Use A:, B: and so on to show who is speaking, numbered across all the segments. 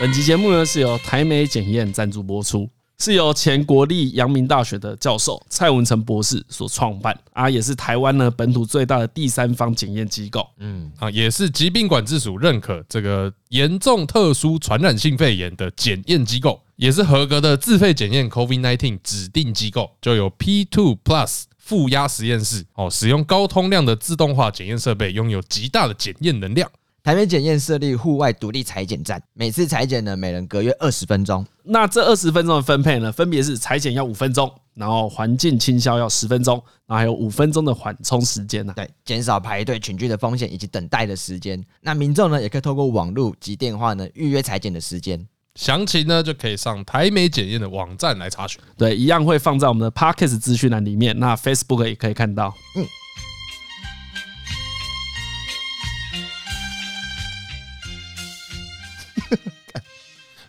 A: 本集节目呢是由台美检验赞助播出，是由前国立阳明大学的教授蔡文成博士所创办，啊，也是台湾呢本土最大的第三方检验机构。
B: 嗯啊，也是疾病管制署认可这个严重特殊传染性肺炎的检验机构，也是合格的自费检验 COVID-19 指定机构，就有 P2 Plus 负压实验室哦，使用高通量的自动化检验设备，拥有极大的检验能量。
C: 台美检验设立户外独立裁剪站，每次裁剪呢，每人隔约二十分钟。
A: 那这二十分钟的分配呢，分别是裁剪要五分钟，然后环境清消要十分钟，然后还有五分钟的缓冲时间呢、
C: 对，减少排队群聚的风险以及等待的时间。那民众呢，也可以透过网络及电话呢预约裁剪的时间。
B: 详情呢就可以上台美检验的网站来查询。
A: 对，一样会放在我们的 Podcast 资讯栏里面，那 Facebook 也可以看到。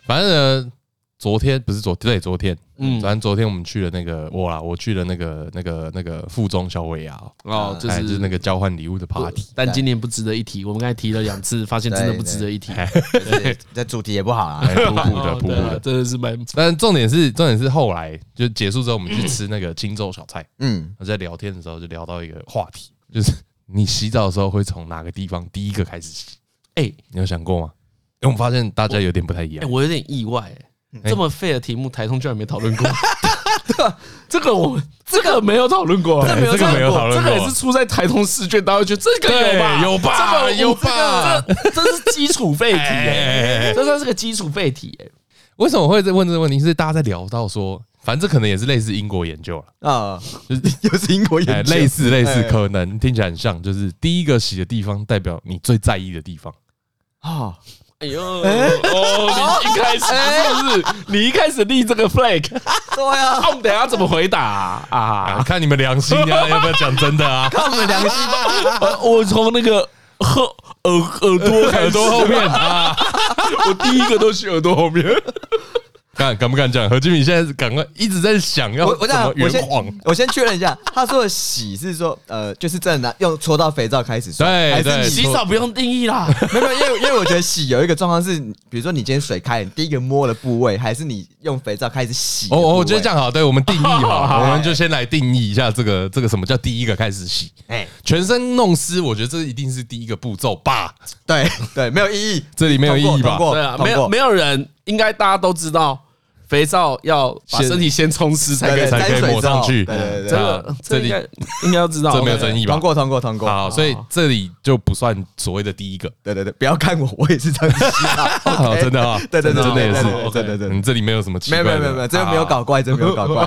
B: 反正呢，昨天不是昨对昨天，
A: 嗯
B: 嗯，反正昨天我们去了那个我啦，我去了那个那个那个附中小尾牙哦，
A: 哦，就
B: 哎
A: 是
B: 就是那个交换礼物的 party。
A: 但今年不值得一提，我们刚才提了两次，发现真的不值得一提，
C: 就是 这主题也不好啊 啦。
B: 哎普普的
A: 哦
B: 普普
A: 对啊
B: 的，
A: 真的是蛮
B: 但重点是，重点是后来就结束之后，我们去吃那个青州小菜。
C: 嗯，
B: 我在聊天的时候就聊到一个话题，就是你洗澡的时候会从哪个地方第一个开始洗？
A: 哎
B: 你有想过吗？因为我们发现大家有点不太一
A: 哎、
B: 样。
A: 我有点意外、
B: 嗯
A: 欸，这么废的题目，台通居然没讨论过。
B: 哎
A: 啊这个我这个没有讨论过，
B: 对这个没有讨论
A: 这
B: 过
A: 个也是出在台通试卷，大家会觉得这个有吧，
B: 对有吧
A: 这个
B: 有吧
A: 这个这这是基础废题、欸，
B: 哎
A: 这算是个基础废题、欸，
B: 为什么会问这个问题？是大家在聊到说，反正这可能也是类似英国研究了，
C: 啊，
B: 就是
C: 又是英国
B: 哎
C: 研究，
B: 类似类似，
C: 哎
B: 可能听起来很像，就是第一个洗的地方代表你最在意的地方。
C: 啊，
A: 哎呦，哦，你一开始 是不是？你一开始立这个 flag，
C: 对啊，
A: 那我们等一下怎么回答啊？
B: 啊，看你们良心啊，要不要讲真的啊？
C: 看我们良心，
A: 呃 我从那个后耳耳朵开始
B: 耳朵后面 啊，
A: 我第一个都是耳朵后面。
B: 敢敢不敢讲？何志敏现在是赶快一直在想要
C: 我我
B: 怎
C: 这样啊
B: 么，
C: 我
B: 圆
C: 先
B: 谎。
C: 我先确认一下，他说的洗是说呃，就是真的拿用搓到肥皂开始算，
B: 对
C: 还
B: 对
C: 是
A: 洗
C: 你
A: 澡不用定义啦，
C: 没有，没有因为因为我觉得洗有一个状况是，比如说你今天水开，你第一个摸的部位，还是你用肥皂开始洗
B: 哦
C: 的部位。
B: 哦，我觉得这样好，对我们定义
A: 好
B: 好，我们就先来定义一下这个这个什么叫第一个开始洗，
C: 哎，
B: 全身弄湿，我觉得这一定是第一个步骤吧，
C: 对对，没有意义，
B: 这里没有意义吧
C: 通？过
A: 对啊，没有没
C: 有
A: 有人，应该大家都知道，肥皂要把
B: 先
A: 身体先冲湿才可
C: 对
A: 以
C: 对
A: 才。
B: 才可以
C: 沾水
B: 抹
C: 之后
B: 上去
C: 对对
A: 这
C: 对对，
A: 个
B: 啊
A: 这
B: 这
A: 应
B: 里
A: 该应该要知道，
B: 这没有争议吧
C: 通？过通过通过，
B: 好，所以这里就不算所谓的第一个，
C: 对对对，不要看我，我也是这样洗的
B: 好，真的啊，
C: 对对对
B: 真的也是
C: 对对对，对对对
B: 你这里没有什么奇
C: 没
B: 怪
C: 有
B: 的，
C: 没有没有没有，真的没有
B: 啊，
C: 搞怪，真的没有搞怪。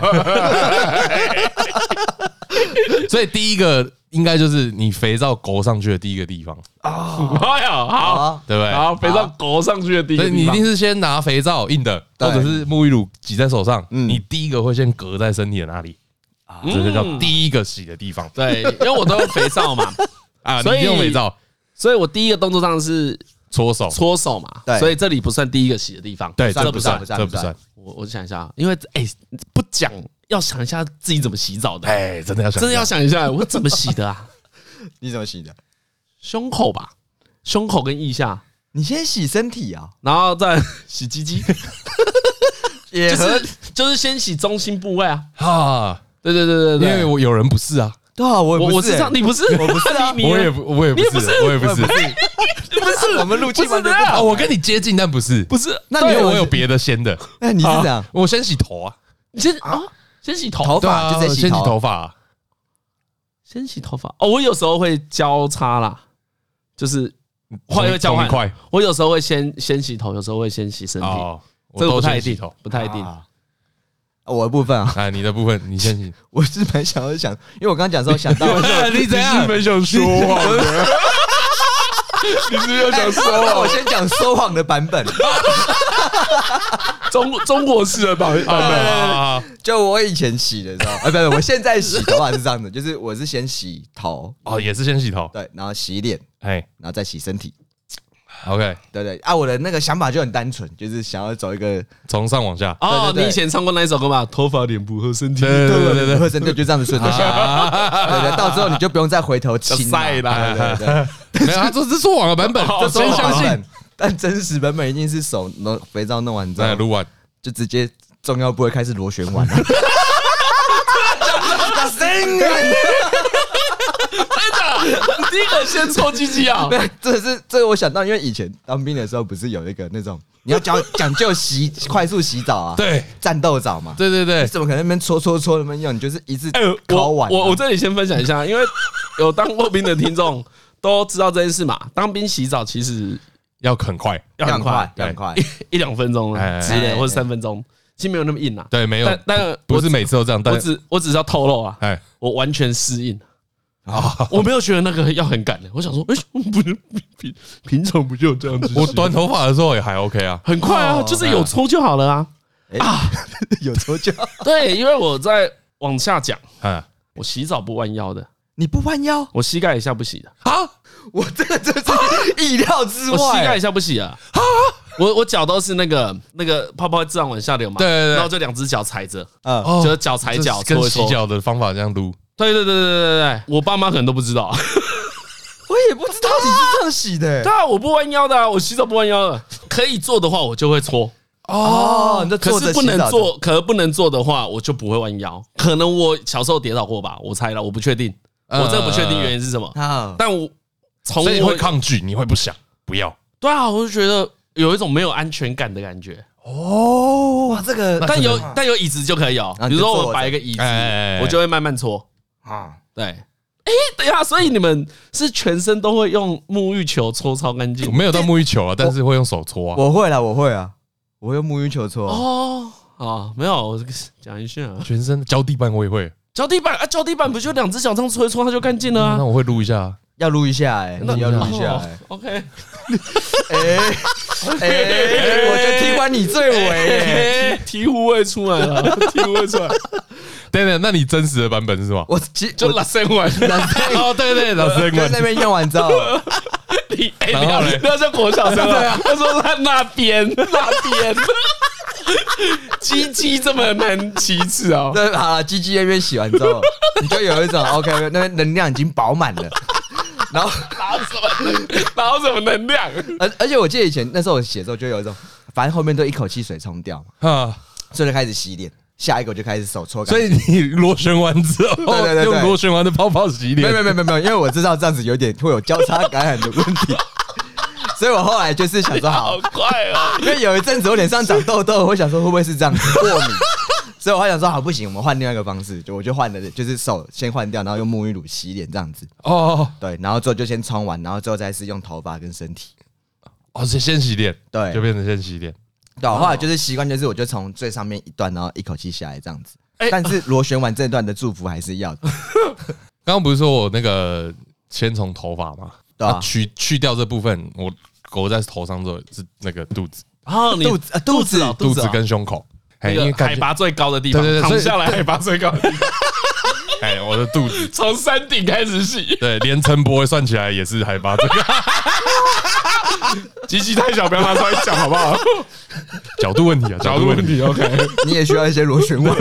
B: 所以第一个应该就是你肥皂勾上去的第一个地方，
A: 哎呀，好
C: 好，啊
B: 对不对？
A: 好，肥皂裹上去的第一
B: 所
A: 个
B: 以你
A: 地
B: 一
A: 方
B: 定，是先拿肥皂硬的，
C: 对
B: 或者是沐浴乳挤在手上，
C: 嗯
B: 你第一个会先隔在身体的哪里？这就叫第一个洗的地方
A: 对，因为我都用肥皂 嘛，
B: 啊！
A: 所以
B: 你用肥皂
A: 所以我第一个动作上是
B: 搓手，
A: 搓手嘛，
C: 对
A: 所以这里不算第一个洗的地方。
B: 对，
C: 算
B: 这
C: 不
B: 算，
C: 不算
B: 这
C: 不算
B: 算。
A: 我我想一下，因为哎、不讲要想一下自己怎么洗澡的，
B: 哎，真的要想，
A: 真的要想一下我怎么洗的啊？
C: 你怎么洗的？
A: 胸口吧，胸口跟腋下，
C: 你先洗身体啊，
A: 然后再洗鸡鸡，
C: 也
A: 就
C: 合
A: 是就是先洗中心部位啊。
B: 啊，
A: 对对对对
B: 因为
A: 对，
B: 我有人不是啊，
C: 对啊，我也
A: 我
C: 不
A: 我
C: 是
A: 是
C: 欸
A: 这样，你不是，
C: 我不是啊
A: 你你
B: 我也不，我也
A: 你也
B: 不
A: 不
B: 是
A: 是，
B: 我也不
C: 我
B: 是
C: 也不是，啊
A: 你不是，
C: 我们录
A: 不
C: 器
A: 是
C: 完
A: 的
C: 全
A: 啊
B: 啊，，我跟你接近，但不是，
A: 不是，
C: 那
B: 因
C: 你
B: 为
A: 对
B: 我有别的先的，啊
C: 哎，你是这样，
B: 我先洗头啊，
A: 你先啊，先洗头，
C: 头
B: 对
C: 发
B: 啊，
C: 就在
B: 先
C: 洗
B: 洗
C: 头，
B: 头发，啊
A: 先洗头发。哦，我有时候会交叉啦，就是换又交
B: 同一
A: 换。
B: 块
A: 我有时候会先先洗头，有时候会先洗身体，
B: 哦，我
A: 这个不
B: 都
A: 太
B: 先
A: 一
B: 洗
A: 定
B: 头，。
A: 不太一定。
C: 啊。我的部分啊，
B: 哎，你的部分你先洗，
C: 我是蛮想要想，因为我刚刚讲说想到
B: 你怎样？
A: 没想说谎的，你是不是要想说
C: 哎那我先讲说谎的版本。
A: 中中国式的吧？哦
B: 啊啊啊
C: 就我以前洗的时候，哎，不是，我现在洗头发是这样的，就是我是先洗头，
B: 哦，也是先洗头，
C: 对，然后洗脸，
B: 哎
C: 然后再洗身体，
B: ，OK，
C: 对对啊，我的那个想法就很单纯，就是想要走一个
B: 从上往下。
A: 哦
C: 对，对对
A: 你以前唱过那一首歌嘛？头发、脸部和身 体。
B: 对对对对对，
C: 会身体就这样子顺着下来，
B: 啊，
C: 对对，到时候你就不用再回头亲
A: 就晒啦
C: 对对对，
B: 没有，他这是说谎的版本，
A: 哦
B: 这
C: 这
B: 谁
C: 说
B: 相
C: 谎
B: 信
C: 版？但真实版本一定是手弄肥皂弄完之
B: 再
C: 后，
B: 录完，
C: 就直接重要部位开始螺旋丸。
A: 第一个先抽鸡鸡啊！
C: 对，这是这我想到，因为以前当兵的时候不是有一个那种你要讲讲究洗快速洗澡啊，，
B: 对
C: 战斗澡嘛，
B: 对对对
C: 你，怎么可能在那边搓搓搓那么用？你就是一次
A: 哎、
C: 敲
A: 我
C: 完、啊
A: 我我这里先分享一下，因为有当过兵的听众都知道这件事嘛。当兵洗澡其实
B: 要很快，
A: 要很
C: 两块
A: 快，
C: 两块，
A: 一两分钟啊
B: 哎
A: 之类的，或者三分钟，其实没有那么硬啊。
B: 对，没有
A: 但，但
B: 不
A: 我
B: 是每次都这样，
A: 我
B: 但
A: 只我只是要透露啊，
B: 哎，
A: 我完全适应。
B: 哦
A: 我没有觉得那个要很赶的，我想说，哎、不是平平常不就这样子洗？
B: 我短头发的时候也还 OK 啊，
A: 很快啊，
C: 哦
A: 就是有抽就好了啊。
C: 有搓脚，
A: 对，因为我在往下讲，
B: 哎
A: 我洗澡不弯腰的，
C: 你不弯腰，
A: 我膝盖以下不洗的，
B: 啊，
C: 我这个真是 意料之
A: 我膝盖
C: 外
A: 以。下不洗啊。我我脚都是那个那个泡泡会自然往下流嘛，
B: 对对对
A: 然后就两只脚踩着，
C: 嗯，
B: 哦
A: 就是脚踩脚搓
B: 这是跟
A: 一
B: 洗
A: 搓。
B: 脚的方法这样撸，
A: 对对对对对对对，我爸妈可能都不知道。
C: 我也不知道你是这样洗的
A: 对啊，我不弯腰的、啊，我洗澡不弯腰的。可以做的话，我就会搓。
C: 哦，你就
A: 可
C: 坐
A: 是
C: 着
A: 不
C: 洗澡
A: 能做，可能不能做的话，我就不会弯腰。可能我小时候跌倒过吧，我猜了，我不确定，我真的不确定原因是什么。
C: 啊，
A: 但我从
B: 所以你
A: 我
B: 会抗拒，你会不想不要
A: 对啊，我就觉得有一种没有安全感的感觉。
C: 哦，哇，这个
A: 但有但有椅子就可以哦，
C: 啊
A: 比如
C: 你就
A: 说
C: 坐
A: 我
C: 着
A: 摆一个椅子
B: 哎哎哎，
A: 我就会慢慢搓。
C: 啊，
A: 对，哎，等一下，所以你们是全身都会用沐浴球搓超干净
B: 我没有到沐浴球啊，但是会用手搓啊，
C: 我会了，我会啊，我用沐浴球搓，
A: 哦。哦，没有，我讲一下啊，
B: 全身脚底板我也会，
A: 脚底板啊，脚底板不就两只脚这样搓一搓，它就干净了啊
B: 那。我会撸一下啊，
C: 要撸一下哎，
A: 那哦
C: 你要撸一下哎。
A: o k
C: 哎哎，我觉得踢完你最欸为，
A: 醍醐味出啊来了，醍醐味出来，
B: 等等，那你真实的版本是什么？
C: 我其
A: 就
C: 我
A: 拉伸完，
C: 懒得
B: 哦，对对，老师
C: 在那边用完之后，
A: 你 哎，
B: 然
A: 你
B: 后
A: 要
B: 嘞
A: 你要叫国小生啊， 他说他那边那边， 鸡鸡这么难启齿 啊，
C: 对，好了，鸡鸡那边洗完之后，你就有一种 OK，那边能量已经饱满了。然后，
A: 哪有什么能哪有什么能量？
C: 而而且我记得以前那时候我写的时候，就有一种，反正后面都一口气水冲掉嘛，
B: 啊，
C: 所以就开始洗脸，下一口就开始手搓干
B: 所
C: 净。
B: 以你螺旋丸之后，
C: 对对对对
B: 用螺旋丸的泡泡洗
C: 没
B: 脸，
C: 有没有没有没有，因为我知道这样子有点会有交叉感染的 问题，所以我后来就是想说，好
A: 好，快哦！
C: 因为有一阵子我脸上长痘痘，我想说会不会是这样子过敏，所以我还想说好不行，我们换另外一个方式，就我就换了，就是手先换掉，然后用沐浴乳洗脸这样子，
B: 哦
C: 对，然后之后就先冲完，然后之后再是用头发跟身体，
B: 哦，先先洗脸，
C: 对
B: 就变成先洗脸，
C: 对，啊
B: 哦
C: 我后来就是习惯就是我就从最上面一段，然后一口气下来这样子
A: 哎。
C: 但是螺旋丸这段的祝福还 是要的，
B: 刚刚不是说我那个先从头发吗？
C: 对吧
B: 啊去去掉这部分，我狗在头上之后是那个肚子，
A: 哦，你
C: 肚子啊肚子
A: 哦
B: 肚
A: 哦
B: 子跟胸口，哎，
A: 那
B: 因为
A: 个
B: 感
A: 海
B: 觉，
A: 拔最高的地方
B: 对对，对所
A: 躺
B: 以
A: 下来海拔最高的地方，
B: 哎，我的肚子，
A: 从山顶开始洗，
B: 对，连陈伯算起来也是海拔最高，
A: 鸡鸡太小，不要拿出来讲好不好？
B: 角度问题啊，
A: 角
B: 角度
A: 度
B: 问
A: 问
B: 题。
A: 题，OK。
C: 你也需要一些螺旋 丸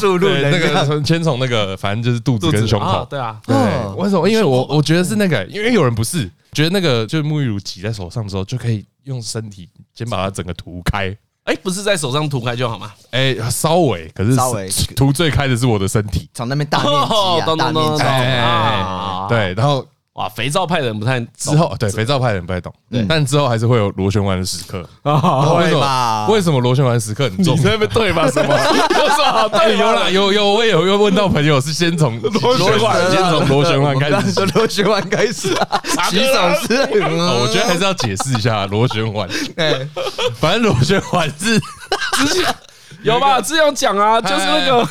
C: 注入
B: 对，
C: 能
B: 那个
C: 量。
B: 从先从那个，反正就是肚子跟胸
A: 啊
B: 口。
A: 对啊，
B: 对
C: 哦，
B: 为什么？因为我我觉得是那个，因为有人不是觉得那个就是沐浴乳挤在手上之后，就可以用身体先把它整个涂开。
A: 哎，不是在手上涂开就好吗？
B: 哎，稍微，可是
C: 稍微
B: 涂最开的是我的身体。
C: 从那边大面积
A: 哦
C: 啊，
A: 懂
C: 大
A: 懂懂
C: 面积
A: 懂，
B: 哎
A: 啊，，
B: 对，然后
A: 哇，肥皂派的人不太
B: 之后对肥皂派的人不太懂，但之后还是会有螺旋丸的时刻。
A: 啊，
C: 不
B: 为什
C: 哦会吧
B: 么？？为什么螺旋丸时刻很重
A: 你？在那边对吧？什么？有什么好
B: 哎
A: 对
B: 有
A: 吧？
B: 啦，有有，我也有问到朋友是先从螺
A: 旋丸
B: 先从螺旋丸开始洗
C: 从。啊 螺旋丸开始啊，
A: 查
C: 洗
A: 对了
C: 手是，
B: 哦
C: 我
B: 我觉得还是要解释一下螺旋丸，
C: 哎，
B: 反正螺旋丸是
A: 有吧？之前有讲啊，就是那个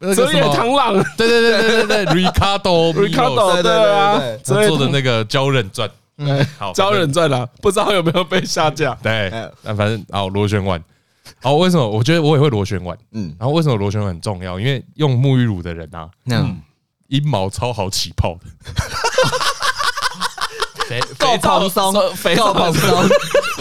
B: 那
A: 泽
B: 个什
A: 野
B: 么，
A: 螳螂
B: 对对对对对对，Ricardo Ricardo 嗯
A: Ricardo
C: 对对对
A: 对啊
C: 对对，对
A: 泽野
B: 做的
A: 螳
B: 那个胶忍传，
C: 嗯
B: 好，
A: 招人传啊，不知道有没有被下架？
B: 对
C: 哎，
B: 但反正哦，螺旋丸。哦，为什么？我觉得我也会螺旋丸。
C: 嗯，
B: 然后为什么螺旋丸很重要？因为用沐浴乳的人啊，
C: 那
B: 阴毛超好起泡的。
A: 肥
C: 够
A: 皂
C: 放松
A: 肥，
C: 够
A: 皂
C: 放松，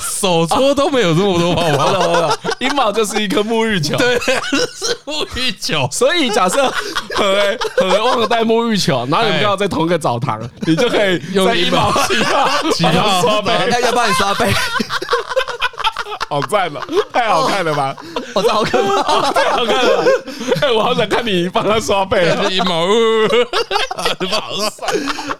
B: 手搓都没有这么多泡泡，
A: 阴毛就是一颗沐浴球，
B: 对，是 沐浴球。
A: 所以假设何欸何忘了带沐浴球，然后你们
B: 哎
A: 刚好在同一个澡堂，你就可以
B: 用
A: 在
B: 阴
A: 阴毛
B: 毛
A: 起泡
B: 起泡
A: 刷背，
C: 哦要要帮你刷背，
A: 好赞
B: 哦
A: 了，太好看了吧，
C: 我操，好可怕！
A: 太好看了！哎，我好想看你帮他刷 背啊，
B: 一哎毛，真的好爽。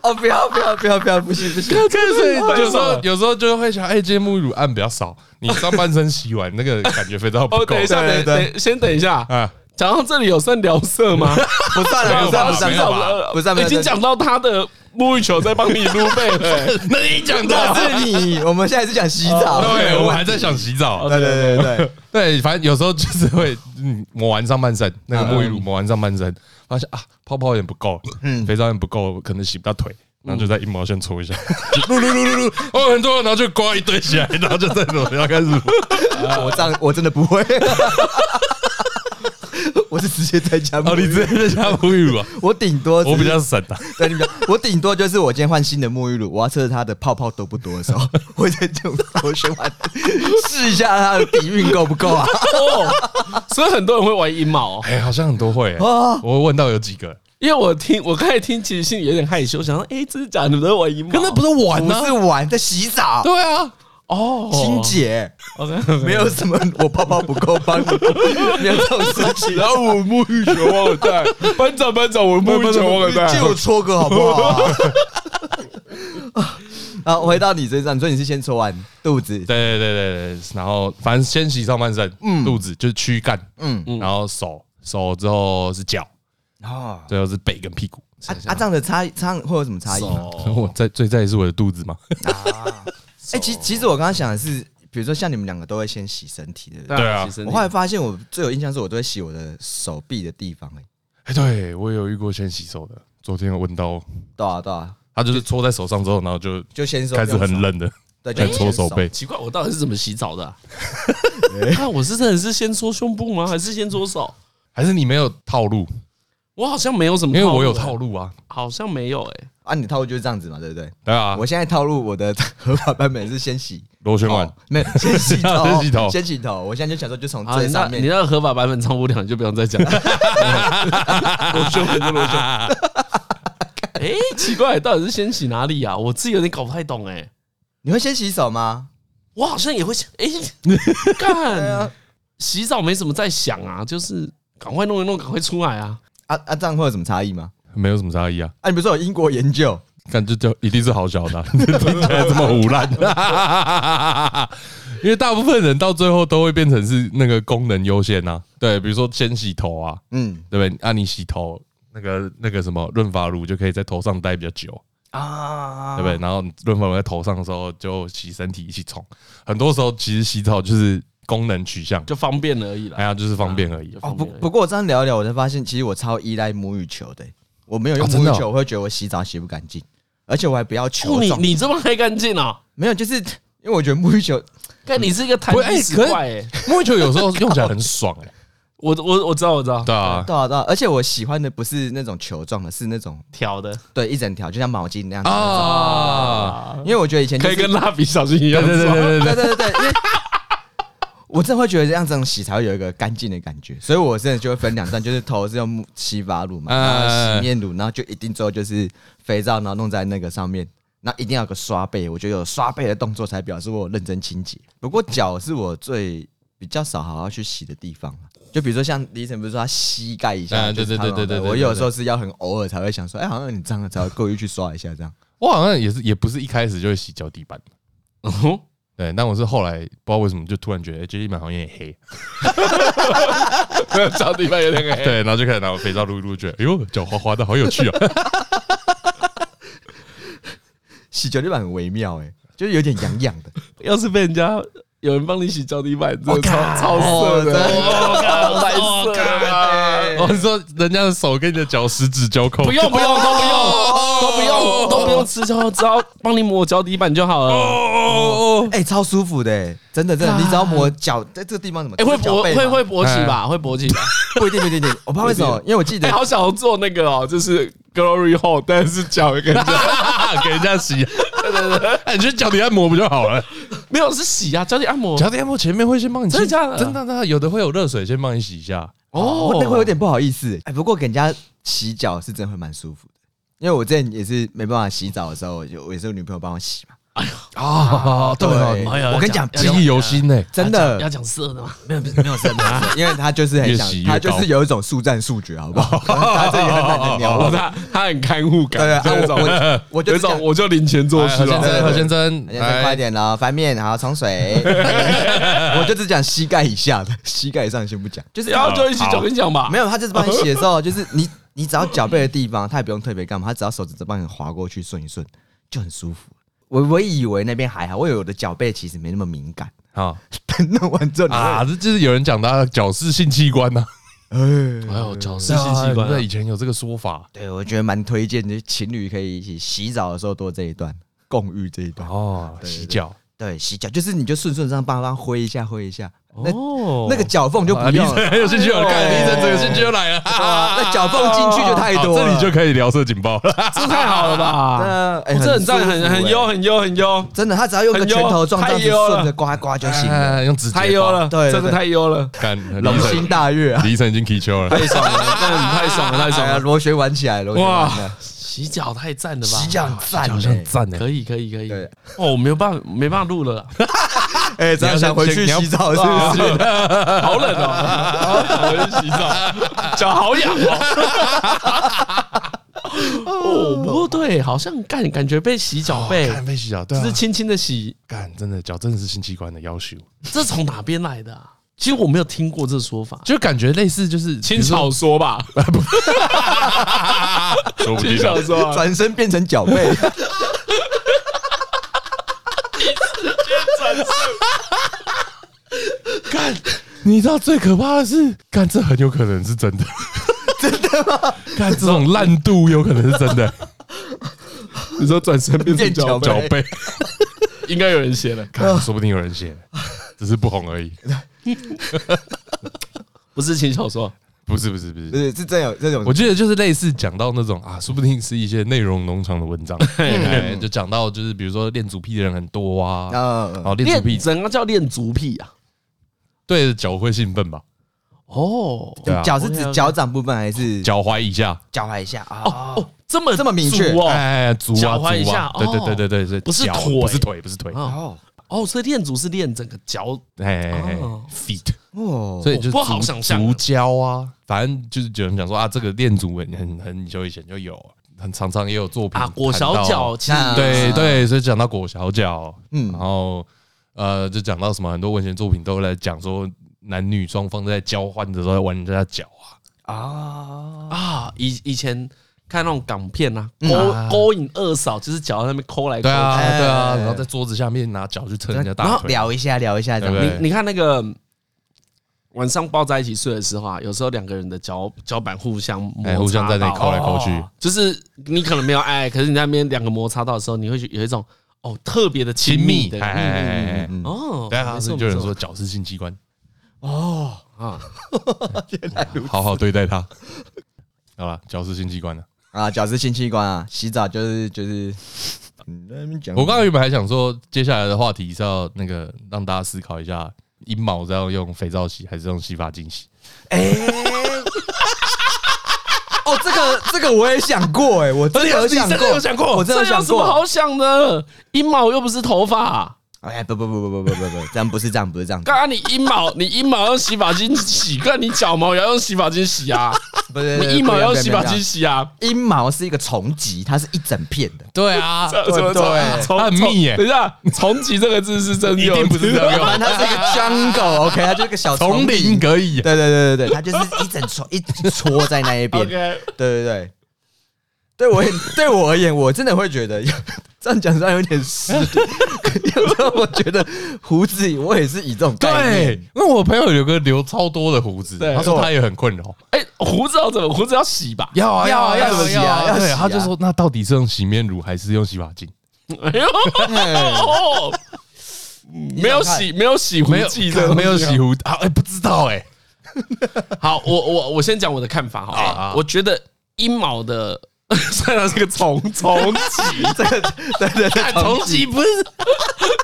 C: 哦，不要不要不要不要，不行不行，
B: 所以有时候有时候就会想，哎，今天沐浴乳按比较少，你上半身洗完那个感觉肥皂 不
A: 哦，
B: 够
A: 等一下，
C: 对
A: 等
C: 对
A: 等，先等一下，
B: 啊。
A: 讲到这里有算聊色吗？
C: 不算了 不 算了不算
B: 没有吧
C: 了，
A: 呃
C: 不是啊没有
A: 已经讲到他的沐浴球在帮你撸 背了欸。
B: 那你讲
C: 那是你， 我们现在是讲洗澡，
B: 对，我哦还在想洗 澡。
C: 对对对对，
B: 对，反正有时候就是会嗯抹完上半身，那个沐浴乳抹完上半身，发现啊泡泡有点不够，嗯，肥皂有点不够，可能洗不到腿，然后就在阴毛先搓一下， 就噜噜噜噜噜，哦很多，然后就刮一堆起来，然后就在手上开始抹。 啊
C: 我这样我真的不会， 我是直接在家沐
B: 哦，你
C: 浴，
B: 直接在家沐浴乳啊？
C: 我顶多只是
B: 我比较省啊，
C: 对你们讲，我顶多就是我今天换新的沐浴乳，我要测试它的泡泡多不多的时候，会在这种螺旋丸试一下它的底蕴够不够 啊？
A: 哦，所以很多人会玩阴毛哦，
B: 哎，好像很多会欸，
C: 啊
B: 我问到有几个，
A: 因为我听我刚才听，其实心里有点害羞，想说，哎，真的假的？你们都玩阴毛？
B: 是玩啊
C: 不是玩，在洗澡。
B: 对啊，
A: 哦，
C: 清洁
A: OK，
C: 没有什么，我泡泡不够帮你，没有这种事情。
A: 然后我沐浴球忘了带， 班长班长，我沐浴球忘了带。
C: 借我搓个好不好啊？啊，回到你身上，所以你是先搓完肚子，
B: 对对对对对，然后反正先洗上半身，肚子就是躯干，
C: 嗯，
B: 然后手手之后是脚，
C: 啊
B: 最后是背跟屁股。
C: 啊啊，这样的差这样会有什么
A: 哦
C: 差异吗？
B: 然后我在最在意是我的肚子嘛，
C: 哎、其其实我刚刚想的是，比如说像你们两个都会先洗身体，对不对？
B: 对啊
A: 其实
C: 我
A: 你
C: 后来发现，我最有印象是我都会洗我的手臂的地方、欸，哎，
B: 哎，对我也有遇过先洗手的，昨天有问到，
C: 对啊对啊，
B: 他就是搓在手上之后，然后就
C: 就先说
B: 开始很，冷的，
C: 对，就
B: 在
C: 先
B: 搓手 背，
A: 奇怪，我到底是怎么洗澡 的啊？那我是真的是先搓胸部吗？还是先搓手？
B: 还是你没有套路？
A: 我好像没有什么，欸
B: 因为我有套，路啊，
A: 好像没有哎。
C: 啊，你的套路就是这样子嘛，对不对？
B: 对啊
C: 我，现在套路我的合法版本是先洗
B: 螺旋丸
C: 哦，没有先洗头，
B: 先洗头
C: 先洗头。我现在就想说，就从
A: 好，
C: 最
A: 你那
C: 上
A: 你
C: 面，
A: 那个合法版本唱不了，你就不用再讲。 了。
B: 螺旋 丸就螺旋丸，
A: 哎，奇怪，到底是先洗哪里啊？我自己有点搞不太懂哎。
C: 你会先洗手吗？
A: 我好像也会想，哎、 干、
B: 啊
A: 洗澡没什么在想啊，就是赶快弄一弄，赶快出来啊！
C: 啊啊，这样会有什么差异吗？
B: 没有什么差异啊，
C: 啊，你不是有英国研究？
B: 但就就一定是好小的啊， 听起来这么胡乱， 因为大部分人到最后都会变成是那个功能优先呐、啊，对，比如说先洗头啊，
C: 嗯
B: 对不对？啊，你洗头那个那个什么润发乳就可以在头上待比较久，
C: 啊
B: 对不对？然后润发乳在头上的时候就洗身体一起冲，很多时候其实洗澡就是功能取向，
A: 就方便而已
B: 哎
A: 啦。
B: 呀，就是方便 而已
A: 就。
C: 哦，
A: 方
C: 不
A: 便而已
C: 不过我这样聊一聊，我才发现其实我超依赖沐浴球的欸、我没有用
B: 啊真的哦
C: 沐浴球，我会觉得我洗澡洗不干净，而且我还不要球
A: 哦，你
C: 状。
A: 你这么黑干净啊？
C: 没有，就是因为我觉得沐浴球，
A: 看你是一个弹
B: 不哎
A: 力石
B: 可是
A: 块哎！
B: 沐浴球有时候用起来很爽哎、
A: 我我我知道我知道，
B: 对 啊，
C: 对啊对啊，而且我喜欢的不是那种球状的，是那种
A: 挑的
C: 对一整条，就像毛巾那样子。
B: 啊，
A: 啊
C: 因，为我觉得以前、就
A: 可以
C: 是、
A: 跟蜡笔小新一
B: 对
A: 样
B: 对对
A: 爽
B: 对对对，
C: 对对对对，因为我真的会觉得这样这种洗才会有一个干净的感觉，所以我真的就会分两段，就是头是用洗发乳嘛，
B: 哎哎哎
C: 然后洗面乳，然后就一定最后就是肥皂，然后弄在那个上面。那一定要有个刷背，我觉得有刷背的动作才表示我有认真清洁。不过脚是我最比较少好好去洗的地方，就比如说像李晨不是说他膝盖一下，
B: 嗯
C: 就是
B: 对对对对对对对
C: 我有时候是要很偶尔才会想说，哎，好像有点脏了，才会故意去刷一下这样。
B: 我好像也是也不是一开始就会洗脚底板。
A: 嗯哼
B: 对，但我是后来不知道为什么就突然觉得哎脚底板好像有点黑，
A: 脚底板有点黑。
B: 对，然后就开始拿肥皂撸一撸，觉得哎呦脚滑滑的好有趣啊，
C: 洗脚底板很微妙、哎，就是有点痒痒 的。
A: 要是被人家有人帮你洗脚底板，真的超
C: 靠
A: 超色的，
C: 哦
A: 哦太色了吧！
B: 我是说人家的手跟你的脚十指交扣，
A: 不用不用都不
B: 哦
A: 用都不用都不用吃胶，只要帮你抹脚底板就好了。
B: 哦，
C: 哎、超舒服的、欸，真的真的，你只要抹脚，在这个地方怎么？
A: 哎，会
C: 是脚
A: 勃
C: 背
A: 会
C: 吗
A: 会勃起吧？会勃起吧？
C: 不一定不一定不一定，我怕为什么？因为我记得
A: 哎，好想要做那个哦，就是 Glory Hole，但是脚跟着，
B: 给人家洗，
A: 对对
B: 对对，哎，你去脚底按摩不就好了？
A: 没有是洗啊，脚底按摩。
B: 脚底按摩前面会先帮你洗，
A: 真的假的
B: 真的真的，有的会有热水先帮你洗一下。
C: 哦，那会有点不好意思。哎，不过给人家洗脚是真的会蛮舒服的，因为我之前也是没办法洗澡的时候，我就我也是我女朋友帮我洗嘛。
B: 啊，对
C: 对
B: 哦，
A: 哎呀
C: 我跟你讲
A: 要
B: 记忆犹新呢。
C: 真
A: 要啊讲要
C: 的，
A: 讲色的吗？
C: 没有没有真的，因为他就是很想
B: 越洗，越
C: 他就是有一种速战速决，好不 好？他自己很懒得鸟我。
A: 哦他他很看护感，
C: 对啊，
A: 有一
C: 我
A: 种
C: 我我就
A: 有一
C: 是这
A: 种
C: 样
A: 我就零钱做
B: 哎
A: 事
B: 何先
A: 了。
B: 生，何先生，
C: 哎再快一点了，翻面，好 冲水。我就只讲膝盖以下的，膝盖以上先不讲。就是
A: 然后就一起
B: 好
A: 讲，跟你讲吧，
C: 没有，他就是帮你洗的时候， 就是你你只要脚背的地方，他也不用特别干嘛，他只要手指头帮你划过去顺一顺，就很舒服。我我以为那边还好，我以为我的脚背其实没那么敏感，
B: 好
C: 但弄完之后你会
B: 啊，这就是有人讲的矫饰性器官呐，
A: 哎呦，角色性器官啊
B: 对，以前有这个说法
C: 对我觉得蛮推荐的，情侣可以一起洗澡的时候多这一段，共浴这一段。
B: 哦，
C: 对对
B: 洗脚
C: 对，洗脚就是你就顺顺这样帮他挥一下挥一下，那、
A: 哦
C: 那个脚缝就不
B: 啊，李
C: 要
B: 晨
C: 了。
B: 很有兴趣了，看李晨整个兴趣又来了，哈哈
C: 啊那脚缝进去就太
B: 好
C: 多
A: 啊
C: 了，
B: 这里就可以聊色警报了。
A: 这太好了吧？
C: 那哎、
A: 我啊这很赞，
C: 舒服
A: 很很
C: 哎
A: 优，很优，很优，
C: 真的，他只要用个
A: 很
C: 拳
A: 优
C: 头撞
A: 太
C: 上去，
A: 优了
C: 顺着刮刮就行了，
B: 哎用指节
A: 太优
B: 划，
A: 了，
C: 对对
A: 真的
C: 对
A: 太优了，
B: 看
C: 龙心大悦啊！
B: 李晨已经 K 球了，
A: 太爽了，真的太爽了，太爽
C: 哎呀，
A: 了！
C: 螺旋玩起来，螺旋玩了，
A: 洗脚太赞了吧？
C: 洗脚很赞
B: 好
C: 欸
B: 像赞呢。
A: 哎可以，可以，可以。
C: 对
A: 哦，我没有办法，没办法录了啦，
C: 哎，这样想回去洗澡是不是？
A: 好冷哦，我要洗澡，脚好痒哦。哦，不过对，好像感感觉被洗脚背，
B: 看被洗脚，对
A: 只
B: 啊
A: 是，轻轻的洗，
B: 干真的脚真的是性器官的要求，
A: 这从哪边来的啊？其实我没有听过这说法，
B: 就感觉类似就是
A: 清朝说吧，
B: 说不
A: 清
B: 清
A: 朝
B: 楚，
A: 说啊，
C: 转身变成脚背，
B: 干，你知道最可怕的是，干这很有可能是真的，真的吗？ 干这种烂度有可能是真的，
A: 你说转身变
C: 成脚
B: 脚
C: 背
B: 背，
A: 应该有人写了，
B: 干说不定有人写，只是不红而已。
A: 不是轻小说，
B: 不是不是不
C: 不
B: 是，
C: 是是真有这种
B: 我记得就是类似讲到那种啊，说不定是一些内容农场的 文章，哎就讲到就是比如说练足癖的人很多啊，
C: 啊，
B: 哦练足
A: 练
B: 癖
A: 整个叫练足癖啊。
B: 对着脚会兴奋吧，
A: 哦
B: 对啊，
C: 脚是指脚掌部分还是
B: 脚踝以下，
C: 脚踝一下啊？
A: 哦，这么
C: 这么明确
A: 足哦
B: 哎，足啊
A: 脚
B: 足
A: 踝一下
B: 啊，对
A: 哦
B: 对对对对对，
A: 不是
B: 脚
A: 腿
B: 不是腿，不是腿，
A: 哦
C: 哦
A: 哦，所以练足是练整个脚，
B: 哎哎哎
A: 哦
B: ，feet。
C: 哦，
B: 所以就是
A: 不好
B: 足
A: 想象啊
B: 足胶啊，反正就是有人讲说啊，这个练足很很很久以前就有，很常常也有作品
A: 啊，裹
B: 谈
A: 小
B: 到
A: 脚，，其实
C: 那
B: 对
C: 啊
B: 对，所以讲到裹小脚，
C: 嗯
B: 然后呃，就讲到什么很多文学作品都在讲说男女双方在交换的时候在玩人家的脚啊，
C: 啊，
A: 啊，以以前看那种港片啊，勾勾引二嫂就是脚在那边抠来抠
B: 嗯对啊
A: 去。
B: 对啊，
C: 哎
B: 然后在桌子下面拿脚去蹭人家
C: 然
B: 大
C: 后
B: 腿，
C: 聊一下聊一下这
B: 对
C: 样，
B: 不对
A: 你你看那个晚上抱在一起睡的时候啊，有时候两个人的脚脚板互相摩
B: 哎，
A: 擦，哦
B: 互相在那里抠来抠去，
A: 就是你可能没有爱，可是你在那边两个摩擦到的时候，你会有一种哦特别的亲
B: 亲密
A: 密，的
B: 哎哎哎哎哎
C: 嗯
A: 哦，
B: 对啊，
A: 没
B: 所
A: 错
B: 以就有人
A: 没错
B: 说脚是性器官，
A: 啊，
B: 好好对待它。好了，脚是性器官了。
C: 啊，脚是性器官啊，洗澡就是就是，你在那边讲，
B: 我刚刚原本还想说，接下来的话题是要那个让大家思考一下，阴毛是要用肥皂洗还是用洗发精洗？
C: 哎。哦，这个这个我也想过哎，我真的有想
A: 你真
C: 过，
A: 的有想过，
C: 我真的有
A: 这有
C: 想
A: 什么
C: 过。
A: 好想的？阴毛又不是头发，
C: 哎，不不不不不不不不，这样不是这样，不是这样，
A: 刚刚你阴毛，你阴毛用洗发精洗，跟你脚毛也要用洗发精洗啊，
C: 不是
A: 你阴毛也要用洗发精，洗啊，
C: 阴毛是一个重集，它是一整片的。
B: 对啊，
A: 这
C: 对对
A: 从
B: 它很密耶
A: 从等一下，重启这个字是真的，
B: 一定不是这样
C: 反
B: 用，
C: 正它是 一个 jungle，OK，、它就是一个小
B: 丛林
C: 林。
B: 可以耶。
C: 对对对对对，它就是一整撮一一撮在那一边。对
A: OK，
C: 对对，对我也对我而言，我真的会觉得这样讲虽然有点 失礼，有时候我觉得胡子我也是以这种概
B: 对
C: 念。，
B: 因为我朋友有个留超多的胡子，
A: 对
B: 他说他也很困扰。
A: 哎，胡子要怎么？胡子要洗吧？
B: 要啊
C: 要啊要洗啊啊要洗
B: 对，
C: 啊
B: 他就 说那到底是用洗面乳还是用洗发精？
A: 哎呦，哦没有洗，嗯没有洗胡
B: 没有
A: 剂，这个东西啊
B: 没有洗。胡 啊？哎，不知道哎。
A: 好，我我我先讲我的看法
B: 啊啊
A: 哈，我觉得阴毛的 虽然它是个虫 虫
C: 挤这个，对对 对，
A: 虫
C: 挤
A: 集 不是，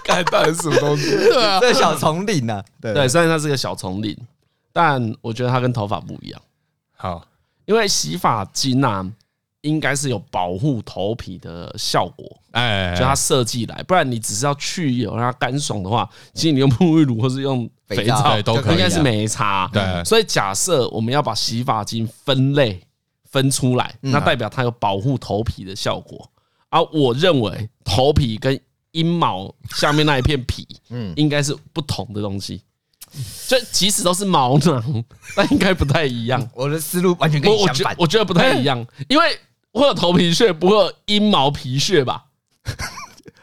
A: 看到底是什么东西？
B: 对啊，
C: 这小丛林啊，对
A: 对，虽然它是个小丛林，但我觉得它跟头发不一样，
B: 好，
A: 因为洗发精啊，应该是有保护头皮的效果，
B: 哎，
A: 就它设计来，不然你只是要去油让它干爽的话，其实你用沐浴乳或是用肥
C: 肥皂
A: 皂
B: 对都可以啊
A: 应该是没差。
B: 对
A: 所以假设我们要把洗发精分类分出来，那代表它有保护头皮的效果。啊，我认为头皮跟阴毛下面那一片皮，嗯，应该是不同的东西。就即使都是毛囊，但应该不太一样。
C: 我的思路完全跟你
A: 我我
C: 相
A: 觉
C: 反。
A: 我觉得不太一样，因为会有头皮屑，不会有阴毛皮屑吧？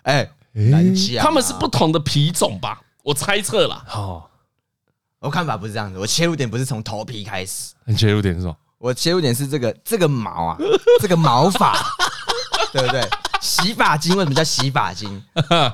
C: 哎，难讲啊
A: 他们是不，同的皮种吧？我猜测啦，
B: 好，
C: 我看法不是这样子，我切入点不是从头皮开始，
B: 你切入点是什么？
C: 我切入点是这个这个毛啊，这个毛发，对不对？洗发精为什么叫洗发精？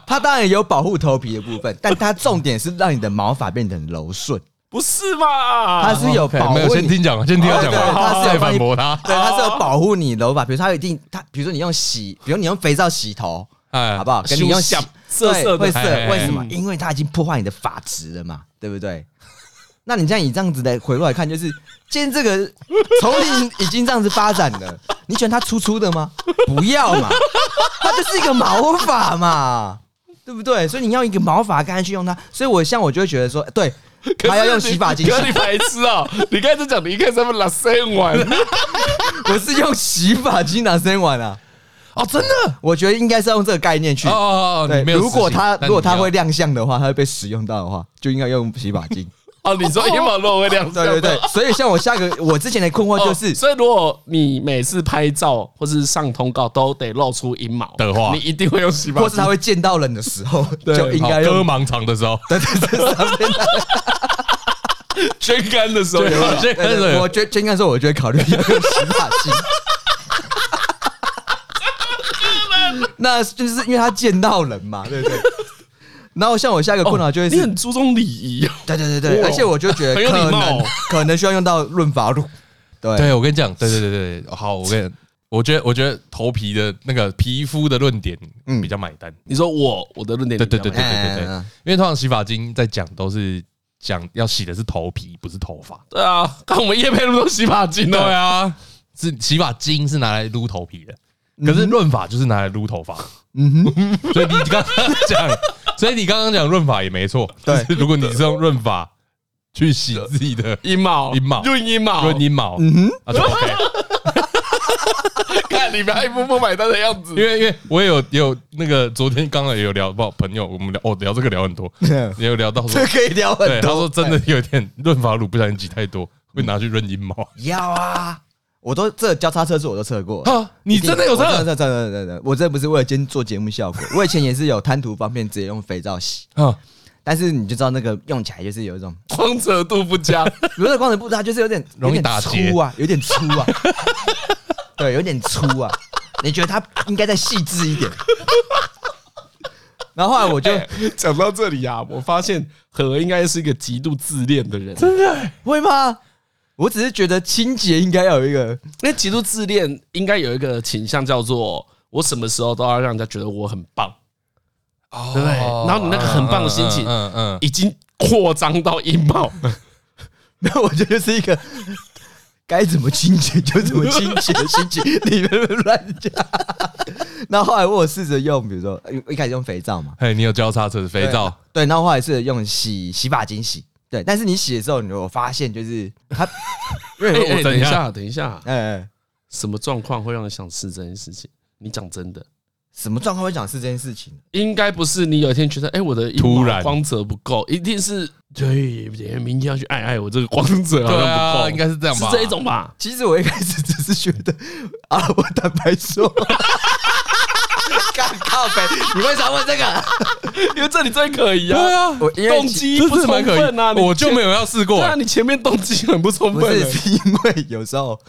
C: 它当然有保护头皮的部分，但它重点是让你的毛发变得很柔顺，
A: 不是吧？
C: 它是有保
B: 哦
C: 护
B: 没
C: 你。
B: 有，先听讲完，先听他讲
C: 哦
B: 完，再
C: 对他是有帮
B: 反
C: 你
B: 驳 他。
C: 对，它是有保护你头发，比如它有一定，它比如说你用洗，比如你用肥皂洗头，
B: 哎
C: 好不好？跟你用洗
A: 咻涩涩的
C: 对会涩
B: 哎哎，哎
C: 为什么？因为它已经破坏你的发质了嘛，对不对？那你这样以这样子的回过来看，就是今天这个丛林已经这样子发展了，你喜欢它粗粗的吗？不要嘛， 它就是一个毛发嘛，对不对？所以你要一个毛发干去用它，所以我像我就会觉得说，对，
A: 可是
C: 它要用
A: 你
C: 洗发精洗
A: 可，是你白痴啊！你刚才讲，你一开始他们拉伸完，
C: 我是用洗发精拿生完啊，
B: 哦，真的
C: 我觉得应该是要用这个概念去
B: 哦哦哦，
C: 对
B: 你，没有
C: 如果
B: 自信
C: 它
B: 但你
C: 如果它
B: 没有
C: 会亮相的话，它会被使用到的话，就应该用洗发 精。
A: 哦，你说阴毛都会亮相，
C: 对对对，所以像我下个我之前的困惑
A: 哦，
C: 就是，
A: 所以如果你每次拍照或是上通告都得露出阴毛
B: 的话
A: 你一定会用洗发
C: 或是
A: 精
C: 它。会见到人的时 候，
A: 对
C: 就应该
B: 好割
C: 用。
B: 盲肠的时候，
C: 对对对，上面的
A: 捐肝的时候有没有，
B: 对
C: 对对我觉得应该说，我就会考虑要用洗发 精。那就是因为他见到人嘛，对不对？然后像我下一个困
B: 哦
C: 扰就会
A: 你
C: 是，
A: 很注重礼仪哦，
C: 对对对对，
A: 哇
C: 而且我就觉得
A: 很有
C: 可
A: 礼貌
C: 能
A: 哦
C: 可能需要用到润发露，对
B: 对我跟你讲，对对对对，好，我跟你讲，我觉得我觉得头皮的那个皮肤的论点比较买单，
A: 你说我我的论点
B: 对
A: 你
B: 对
A: 比较
B: 对对
A: 满意
B: 对对对
C: 嗯嗯嗯，
B: 因为通常洗发精在讲都是讲要洗的是头皮，不是头发。
A: 对啊，看我们叶配那么多洗发精哦
B: 对
A: 的，
B: 啊，是洗发精是拿来撸头皮的，可是润发就是拿来撸 头发。嗯哼，所以你刚刚讲，所以你刚刚讲润发也没错。
C: 对
B: 就是如果你是用润发去洗自己 的
A: 阴毛
B: 阴毛
A: 润阴毛
B: 润阴毛，嗯哼，啊就 OK。
A: 看你不要一副不买单的样子
B: 因。为因为我也有也有那个昨天刚刚也有聊到朋友，我们聊哦聊这个聊很多，也有聊到说
C: 这，可以聊很
B: 对
C: 多。
B: 他说真的有一点润发乳不小心挤太多，会拿去润阴毛。
C: 要啊，我都这交叉测试我都测过。
B: 啊，你真的有
C: 我真
B: 这？
C: 的真的真的真的，我这不是为了今天做节目效果， 我以前也是有贪图方便直接用肥皂洗，
B: 啊，
C: 但是你就知道那个用起来就是有一种，
A: 光泽度不佳，
C: 如果光子不它就是有点
B: 容易打
C: 有
B: 结
C: 点粗啊，有点粗啊， 对，有点粗啊，你觉得它应该再细致一点？然后后来我就
A: 讲到这里啊，我发现何应该是一个极度自恋的人，真的，
C: 会吗？我只是觉得清洁应该要有一个
A: 因为极度自恋应该有一个倾向叫做我什么时候都要让人家觉得我很棒，
B: 对
A: 然后你那个很棒的心情
B: 嗯嗯，
A: 已经扩张到阴 毛，
C: 没有，我觉得就是 一个该怎么清洁就怎么清洁，清 洁你别乱讲。然后后来我有试着用，比如说一开始用肥皂嘛，
B: 哎，你有交叉车肥皂，
C: 对，然后后来试着用洗洗发精洗，对。但是你洗的时候，你我发现就是它， 因
A: 哎
C: 为
A: 哎等一
C: 我
B: 等一
A: 下，
B: 下
A: 等一下，
C: 哎、
A: 什么状况会让你想吃这件事情？你讲真的，
C: 什么状况会讲是这件事情？
A: 应该不是你有一天觉得，哎，我的阴毛
B: 突然
A: 光泽不够，一定是对，明天要去爱爱我这个光泽好像不
B: 对啊，
A: 够，
B: 应该是这样
A: 是
B: 吧？
A: 这一种 吧？
C: 其实我一开始只是觉得 啊，我坦白说， 干靠北，你为啥问这个？
A: 因为这里最可疑啊，
B: 对啊
C: 我因为
A: 动机
B: 这
A: 不
B: 是蛮
A: 充
B: 可
A: 分啊，
B: 以，
A: 你
B: 我就
A: 前
B: 没有要试过
A: 对啊，。你前面动机很不充
C: 不
A: 分
C: 是，
A: 欸，
C: 是因为有时候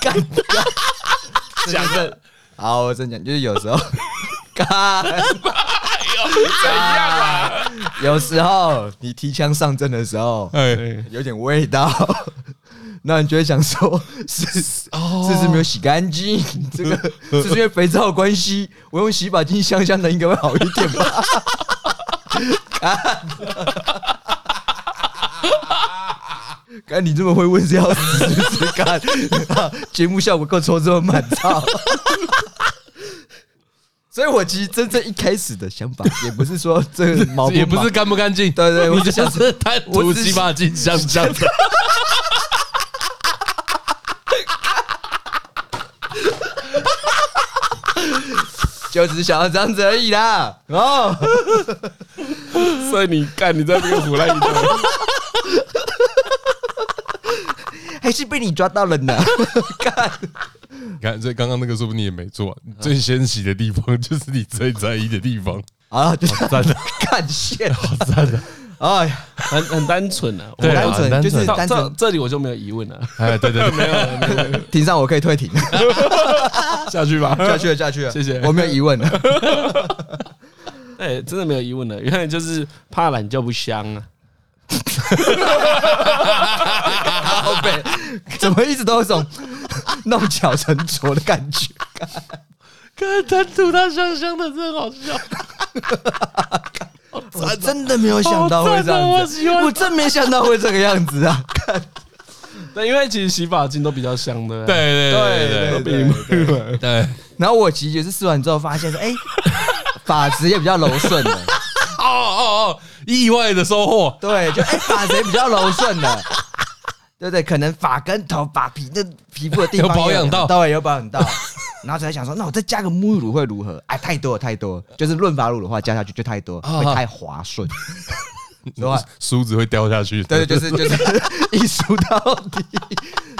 C: 干干讲的，好，我真讲，就是有时候干，
A: 哎怎样啊？
C: 有时候你提枪上阵的时候
B: 哎，
C: 有点味道， 那你就会想说， 是
B: 哦
C: 这是没有洗干净， 这个这是因为肥皂的关系，我用洗发精香香的应该会好一点吧。 看，看你这么会问是要死是不是？看 节目效果够抽这么满操。 所以，我其实真正一开始的想法也不是说这个 毛不毛
B: 也不是干不干净，
C: 对对，我
B: 你
C: 就
B: 就
C: 想
B: 是贪
C: 我
B: 图
C: 只
B: 洗发精香香的。
C: 就只是想要这样子而已啦。哦，
A: 所以你干，你在那边胡乱一通，
C: 还是被你抓到了 呢。
B: 你看，所以刚刚那个说不定也没错、你最先洗的地方就是你最在意的地方。
C: 好啊了，就这样
B: 赞的，
C: 干线。
B: 赞的，
C: 哎呀，
A: 很很单纯的。
B: 对啊
C: 单纯
B: 单纯
C: 就是
A: 到
C: 单
A: 这
C: 纯，
A: 这里我就没有疑问了，
B: 哎，对对对，
C: 庭上我可以退庭，
A: 下去吧。
C: 下去了，下去了，
A: 谢谢
C: 我没有疑问了。
A: 对，真的没有疑问了，原来就是怕懒就不香啊。
C: 靠背，怎么一直都有种 弄巧成拙的感觉？
A: 看他吐他香香的，真好笑。
C: 我真的没有想到会这
A: 好赞
C: 样子，
A: 啊我喜欢
C: 我真没想到会这个样子 啊！
A: 对，因为其实洗发精都比较香的。
B: 对对对
A: 都
B: 对
A: 比沐浴露
B: 对，
C: 然后我其实也是试完之后发现说，哎， 发质也比较柔顺了。
B: 哦哦哦，意外的收获，
C: 对，就哎发谁比较柔顺的， 对不对？可能发根头、发皮那皮肤的地方
B: 有保养到
C: 对，有保养到。然后才想说，那我再加个沐浴乳会如何？哎，太多了，太多了，就是润发乳的话加下去就太多，
B: 啊
C: 会太 滑顺。之后，
B: 梳子会掉下去。
C: 对，就是就是 一梳到底。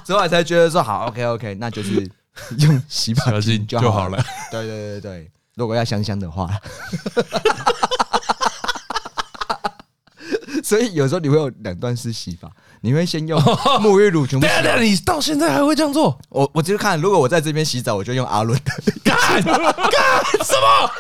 C: 之后才觉得说，好，OK OK，那就是用洗
B: 洗
C: 发
B: 发
C: 精
B: 精
C: 就
B: 就
C: 好
B: 好
C: 了
B: 了。
C: 对对对对，如果要香香的话。 所以有时候你会有两段式洗法，你会先用沐浴乳全部
B: 对
C: 洗
B: 哦对，啊
C: 完。
B: 你到现在还会这样做？
C: 我我就看，如果我在这边洗澡，我就用阿伦的，
B: 干干什么？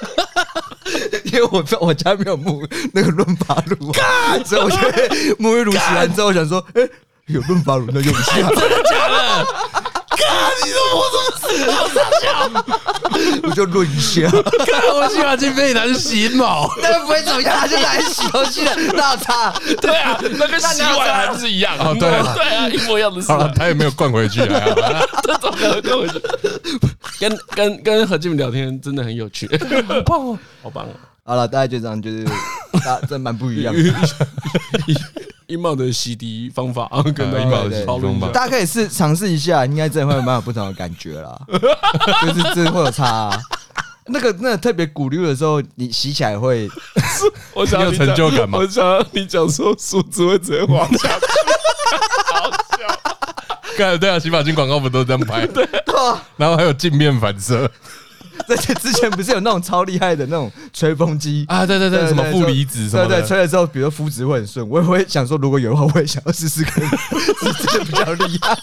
C: 因为我我家没有沐那个润发乳啊，所以我就会沐浴乳洗完之后想说，哎、有润发乳那用一 下。
B: 假的？干，你说我怎么死到傻笑？
C: 我就论一下，
B: 干，我洗发精被男洗毛。
C: 那不会怎么样，他就拿来洗头去了，那差。
A: 对啊，那跟洗碗还不是一样
B: 哦对啊
A: 对啊，一模一样的事
B: 好了，
A: 啊。
B: 他也没有灌回去 啊。
A: 这种人跟我跟跟跟何俊明聊天真的很有趣，好棒哦，好棒哦！
C: 好了，大概就这样，就是大真蛮不 一样的。
A: 一茂的洗涤方法啊，跟
B: 呃一茂的洗
A: 讨
B: 涤
A: 论
B: 方
A: 一下。
B: 法
C: 大家可以试尝试一下，应该真的会蛮有不同的感觉啦。就是真的会有差、啊。那个那个特别鼓溜的时候，你洗起来会，
A: 我想要
B: 你有成就感吗
A: 我想要你讲说数字会直接滑下去，
B: 干，对啊，洗发精广告不都这样拍？对，然后还有镜面反射
C: 而且之前不是有那种超厉害的那种吹风机。
B: 啊，对对对，什么负离子什么
C: 对对，
B: 的。
C: 吹了之后，比如说肤质会很顺，我也会想说，如果有的话，我也想要试 试看，是真的比较厉害。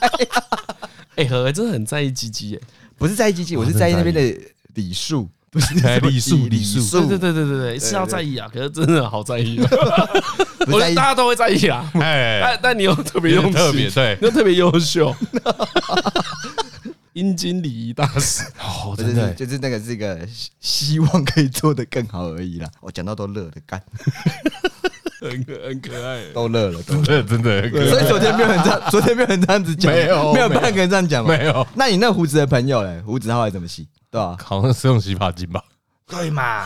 A: 哎，何真的很在意鸡鸡耶。
C: 不是在意机器，
B: 哦
C: 我是在意那边的礼数，不是
B: 哎礼数
C: 礼
B: 礼数
A: 对对对对对对，是要在意啊，可是真的好在 意啊，
C: 不
A: 我觉
C: 是在
A: 得
C: 意
A: 大家都会在意 啊。
B: 哎
A: 但，但你又特别
B: 有
A: 用
B: 点
A: 心，
B: 特别对
A: 你又特别优秀， 阴茎礼仪大师。
B: 哦，
C: 不
B: 真
C: 是
B: 的
C: 是，就是那个是一个希希望可以做得更好而已啦。我讲到都乐 的，干
A: 很可很可爱。
C: 都乐了，都乐
B: 真
C: 了。
B: 的真的很可爱
C: 所以昨天没有人 这样，昨天没有人这样子讲，
B: 没有
C: 没有半个人这样讲嘛，
B: 没有
C: 那你那胡子的朋友嘞，胡子后来怎么洗？对吧、
B: 好像是用洗发精吧？
C: 对嘛，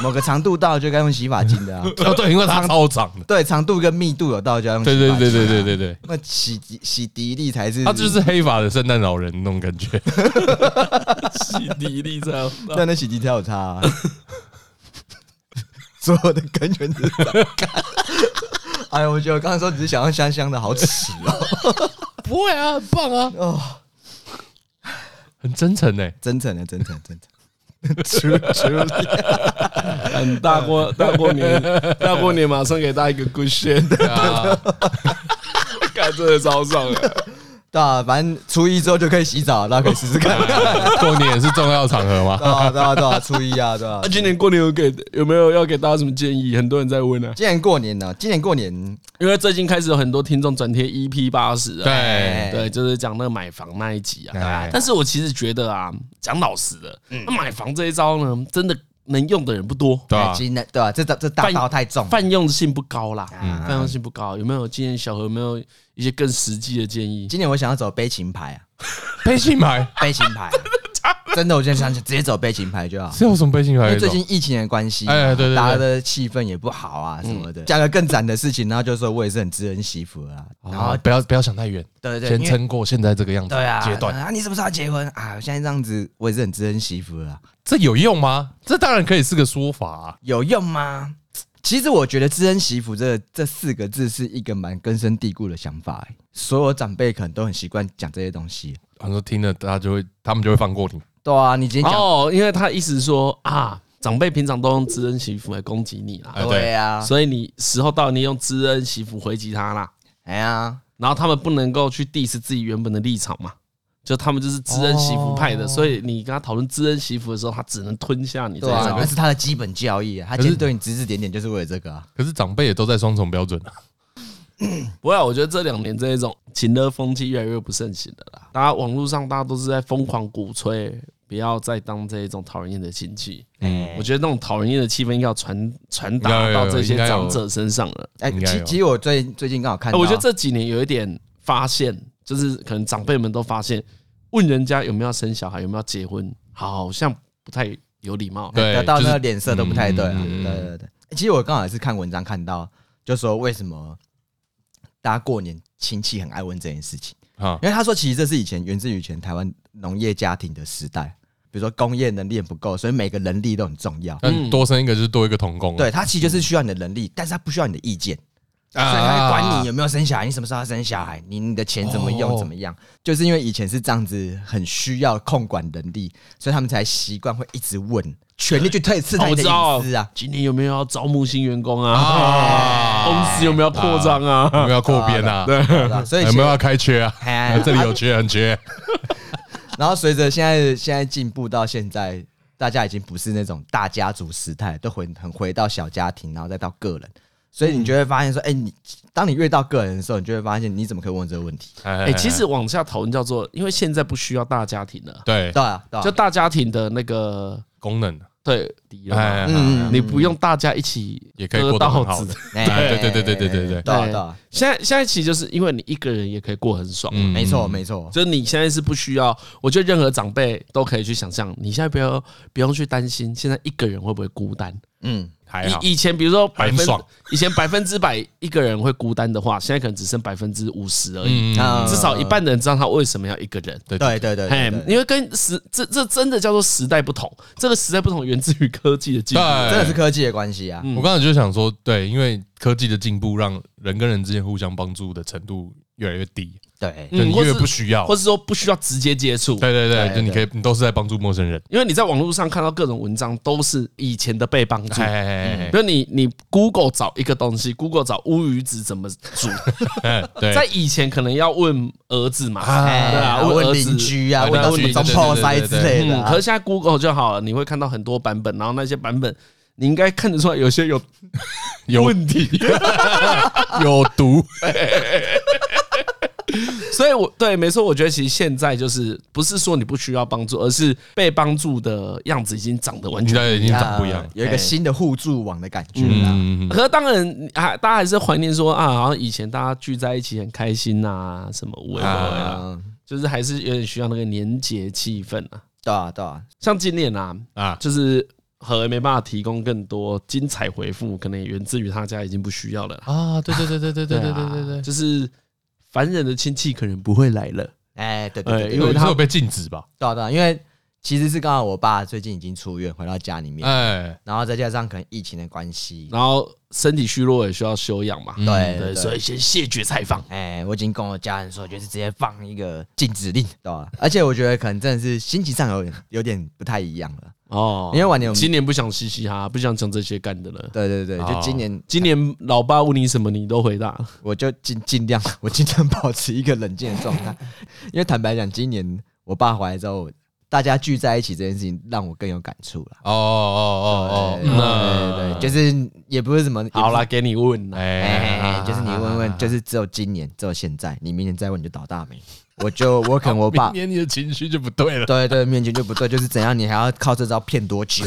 C: 某个长度到就该用洗发精 的啊。
B: 哦，对，因为它超长的。
C: 对，长度跟密度有到就要用洗
B: 对
C: 发精、啊
B: 对对对对。对对，
C: 那洗涤洗涤力才是，
B: 它就是黑发的圣诞老人那种感 觉。
A: 洗涤力这样。
C: 但那洗涤才有差、啊。 所有的根源都是这样干。哎呀，我觉得我刚刚说只是想要香香的，好耻哦。
B: 不会啊，很棒啊，
C: 哦，
B: 很真诚哎。
C: 真诚的，真诚，真诚。吃吃
A: 嗯，大过 大过年，大过年马 上给大家一个 good shit，
B: 对啊
A: 看真的超爽的。
C: 对啊，反正初一之后就可以洗澡，大家可以试试看。
B: 过年也是重要场 合嘛。
C: 对啊，对啊，对啊，初一啊，对啊
A: 那。今年过年有给有没有要给大家什么建议？很多人在问啊，
C: 今年过年呢、今年过年，
A: 因为最近开始有很多听众转贴 EP 八十啊，
B: 哎
C: 哎
B: 对，
A: 对，就是讲那个买房那一集啊
B: 哎。
A: 但是我其实觉得啊，讲老实的，那买房这一招呢，真的能用的人不多，
B: 对
C: 哎
B: 吧？
C: 今年对啊，这这这大刀太重，
A: 泛用性不高啦，
C: 嗯
A: 泛用性不高。有没有今天小何有没有一些更实际的建议？
C: 今年我想要走悲情牌啊，
B: 背信牌
C: 悲情牌、真的，我就想直接走悲情牌就好。
B: 是有什么背信
C: 因
B: 牌
C: 为
B: 这
C: 最
B: 种？
C: 近疫情的关系，啊
B: 哎对对对
C: 大家的气氛也不好啊，
B: 嗯
C: 什么的。讲个更惨的事情，然后就说我也是很知恩惜福啊，然后
B: 啊，不要不要想太远，
C: 对对，
B: 先
C: 因为
B: 撑过现在这个样子
C: 对啊
B: 阶段，
C: 啊，你什么时候要结婚啊？我现在这样子，我也是很知恩惜福啊，
B: 这有用吗？这当然可以是个说法啊。
C: 有用吗？其实我觉得“知恩惜福这”这四个字是一个蛮根深蒂固的想法、欸，所有长辈可能都很习惯讲这些东西。
B: 他说听了，他就会，他们就会放过你。
C: 对啊，你今天讲、
A: 哦，因为他意思说啊，长辈平常都用知恩惜福来攻击你啦，
B: 哎
C: 对啊，
A: 所以你时候到，你用知恩惜福回击他啦。
C: 哎呀，
A: 然后他们不能够去 diss 自己原本的立场嘛，就他们就是知恩惜福派的，
B: 哦
A: 所以你跟他讨论知恩惜福的时候，他只能吞下你这
C: 对
A: 一
C: 啊，那
A: 招。
C: 是他的基本教义啊，他今天对你指指点点就是为了这个啊。
B: 可是长辈也都在双重标准啊。
A: 不过啊我觉得这两年这一种情乐风气越来越不盛行了啦，大家网络上大家都是在疯狂鼓吹。不要再当这一种讨人厌的亲戚，
C: 嗯
A: 我觉得那种讨人厌的气氛应该要传传
B: 有
A: 达
B: 有
A: 到
B: 有
A: 这些
B: 哎应该有
A: 长者身上了。
C: 哎、
B: 应该
C: 其
B: 有
C: 其实我最最近刚好看
A: 哎
C: 到，
A: 我觉得这几年有一点发现，就是可能长辈们都发现，问人家有没有要生小孩，有没有要结婚，好像不太有礼貌。哎
B: 对
C: 得到
B: 就是
C: 那个脸色都不太对、啊。
B: 嗯嗯嗯
C: 对对对，欸其实我刚好也是看文章看到，就说为什么大家过年亲戚很爱问这件事情，
B: 啊，
C: 因为他说其实这是以前源自于以前台湾农业家庭的时代，比如说工业能力很不够，所以每个人力都很重要。
B: 但多生一个就是多一个童工。啊
C: 对，他其实就是需要你的能力，但是他不需要你的意见，所以他会
B: 啊，
C: 管你有没有生小孩，你什么时候要生小孩，你你的钱怎么用
B: 哦
C: 怎么样，就是因为以前是这样子，很需要控管能力，所以他们才习惯会一直问，全力去推刺
A: 哦
C: 探
A: 我
C: 你的
A: 知道
C: 隐私啊。
A: 今年有没有要招募新员工啊？
B: 啊
A: 公司有没有要扩张
B: 有
A: 啊？
B: 没有要扩编啊？
C: 对 吧所以
B: 有没有要开缺啊？
C: 哎
B: 这里有缺，很缺。
C: 然后随着现在现在进步到现在，大家已经不是那种大家族时代，都回很回到小家庭，然后再到个人。所以你就会发现说，哎、你当你越到个人的时候，你就会发现你怎么可以问这个问题？
A: 哎、
B: 哎
A: 其实往下讨论叫做，因为现在不需要大家庭了，
B: 对
C: 对啊，对啊，
A: 就大家庭的那个
B: 功能，
A: 对敌人嘛，
B: 哎，
C: 嗯
A: 你不用大家一起
B: 也可以
A: 割
B: 过得很
A: 稻
B: 好
A: 子
B: 的。
C: 哎
B: 哎对对对对对对对
C: 对啊对啊，
A: 现在现在其实就是因为你一个人也可以过很爽，啊
B: 嗯
C: 没错没错，
A: 就是你现在是不需要，我觉得任何长辈都可以去想象，你现在不要不用去担心，现在一个人会不会孤单？
C: 嗯，
B: 还好。
A: 以以前比如说百分
B: 很爽，
A: 以前百分之百一个人会孤单的话，现在可能只剩百分之五十而已，
B: 嗯，
C: 啊
A: 至少一半的人知道他为什么要一个人。
B: 对
C: 对对对
A: 嘿
C: 对，对
A: 因为跟时这这真的叫做时代不同，这个时代不同源自于科技的进步。
C: 真的是
B: 对。
C: 科技的关系啊。
A: 嗯
B: 我刚才就想说，对，因为科技的进步，让人跟人之间互相帮助的程度越来越低，
C: 对
A: 嗯
B: 就你
A: 或是
B: 越不需要
A: 或。是说不需要直接接触，
B: 对对
C: 对
B: 对，就你可以，你都是在帮助陌生人。
A: 因为你在网络上看到各种文章都是以前的被帮助，
B: 哎哎哎
A: 比如你你 Google 找一个东西，Google 找乌鱼子怎么煮，
B: 哎，哎对，
A: 嗯在以前可能要问儿子嘛，
B: 啊
A: 对啊，
C: 哎
A: 儿
C: 问
A: 子
C: 邻。居啊，
B: 对
C: 问到什
B: 邻
C: 么
B: 居
C: 中
B: 对对
C: 炮
B: 对
C: 塞
B: 对
C: 之
B: 对
C: 类的
A: 嗯，
C: 啊
A: 可。是现在 Google 就好了，你会看到很多版本，然后那些版本你应该看得出来，有些有
B: 有
A: 问题。
B: 有毒。
A: 所以我对没错，我觉得其实现在就是不是说你不需要帮助，而是被帮助的样子已经长得完
B: 你
A: 全
B: 的已经嗯长不一样
C: 啊。有一个新的互助网的感觉啊。
B: 嗯，
A: 可是当然，还大家还是怀念说啊，好像以前大家聚在一起很开心呐、什么无为啊，
C: 嗯，
A: 就是还是有点需要那个年节气氛啊。
C: 对啊对啊，
A: 像今年啊，
B: 啊，
A: 就是何为没办法提供更多精彩回复，可能也源自于他家已经不需要了啦。
B: 啊，对对对对对对对对对
A: 啊
B: 对，
A: 就是凡人的亲戚可能不会来了。
C: 哎，对对对
A: 哎
C: 对，
A: 因
B: 因
A: 为
B: 为
A: 他
B: 他有被禁止吧？
C: 对啊对啊，因为其实是刚好我爸最近已经出院回到家里
A: 嗯
C: 面，
B: 哎，
C: 然后再加上可能疫情的关系，
A: 然后身体虚弱也需要休养嘛，
B: 嗯
C: 对
A: 嗯对，
C: 对，
A: 所以先谢绝采访。
C: 哎，我已经跟我家人说，就是直接啊放一个禁止令，对吧、而且我觉得可能真的是心情上有点有点不太一样了。
A: 哦，
C: 因为晚年我们
A: 今哦年不想嘻嘻哈，不想讲这些干的了。
C: 对对对，就今年
A: 今年老爸问你什么，你都回 答。
C: 我就尽尽量，我尽量保持一个冷静的状态，因为坦白讲，今年我爸回来之后，大家聚在一起这件事情让我更有感触了。
B: 哦哦哦哦，
C: 对对
B: 那
C: 对，就是也不是什么
A: 好啦，，给你问 啦。
C: 哎，
B: 哎，
C: 哎就是你问问，就是只有今年，只有现在，你明年再问你就倒大霉。我就 我可能我爸
B: 明啊年你的情绪就不对了。
C: 对对，面前就不对，就是怎样，你还要靠这招骗多久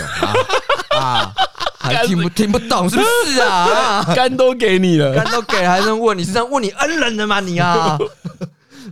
C: 啊？啊，还听不听不懂是不是 啊？啊
A: 干都给你了，
C: 干都给了还能问你，是在问你恩人的吗你 啊？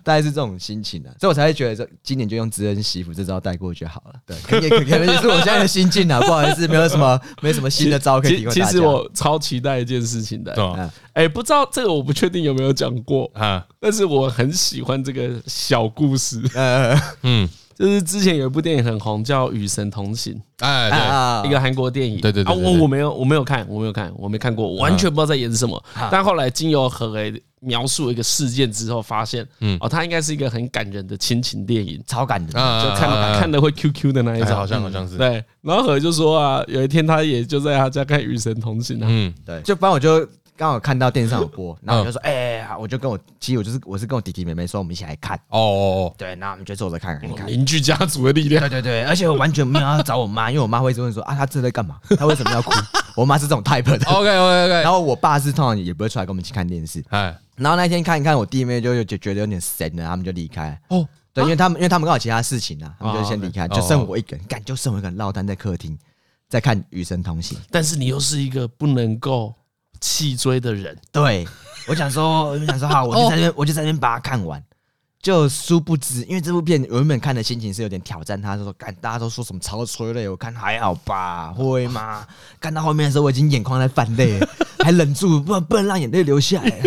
C: 大概是这种心情啊，所以我才会觉得说，今年就用知恩惜福这招带过就好了。对，可也可可能也是我现在的心境啊，不好意思，没有什么没什么新的招可以提
A: 其
C: 供
A: 其
C: 大家。
A: 实我超期待一件事情的、
B: 对
C: 嗯
A: 哎，不知道这个我不确定有没有讲过，
B: 啊，
A: 但是我很喜欢这个小故事。
C: 呃
B: 嗯，
A: 就是之前有一部电影很红，叫《与神同行
B: 哎，
C: 啊
B: 对，
C: 啊，》，
A: 一个韩国电影。
B: 对对对
A: 啊，
B: 对对
A: 我我没有我没有看，我没有看，我没看过，我完全不知道在演什么。
B: 啊
A: 但后来经由何雷描述一个事件之后，发现，
B: 嗯
A: 哦，它应该是一个很感人的亲情电影，
C: 超感人的，
B: 啊
A: 就看看的会 QQ 的那一
B: 哎
A: 种嗯
B: 好。像好像是，
A: 对，然后何就说啊，有一天他也就在他家看《与神同行》啊，
B: 嗯，
C: 对，就反正我就刚好看到电视上有播，然后我就说，哎、我就跟我，其实我就是我是跟我弟弟妹妹说，我们一起来看，
B: 哦哦
C: 对，然后我们就坐着看看
B: 嗯
C: 看。
A: 邻居家族的力量
C: 对对对，而且我完全没有要找我妈，因为我妈会一直问说啊，她这在干 嘛？她为什么要哭？我妈是这种 type
B: ，OK
C: 的。
B: OK
C: 然
B: OK，
C: 后我爸是通常也不会出来跟我们一起看电视。
B: 哎，
C: 然后那天看一看，我弟妹就就觉得有点神了，他们就离开了。
B: 哦，
C: 对，因为他们因为他们刚好有其他事情啊，他们就先离开，
B: 哦
C: 就剩我一个人，干就剩我一个人落单在客厅，在看《与神同行》。
A: 但是你又是一个不能够弃追的人，
C: 对，我想说，我就想说，好，我就在那边，我就在那边把它看完。就殊不知，因为这部片我原本看的心情是有点挑战他，就说干，大家都说什么超催泪，我看还好吧，会吗？看到后面的时候，我已经眼眶在泛泪了，还忍住，不然不能让眼泪流下来。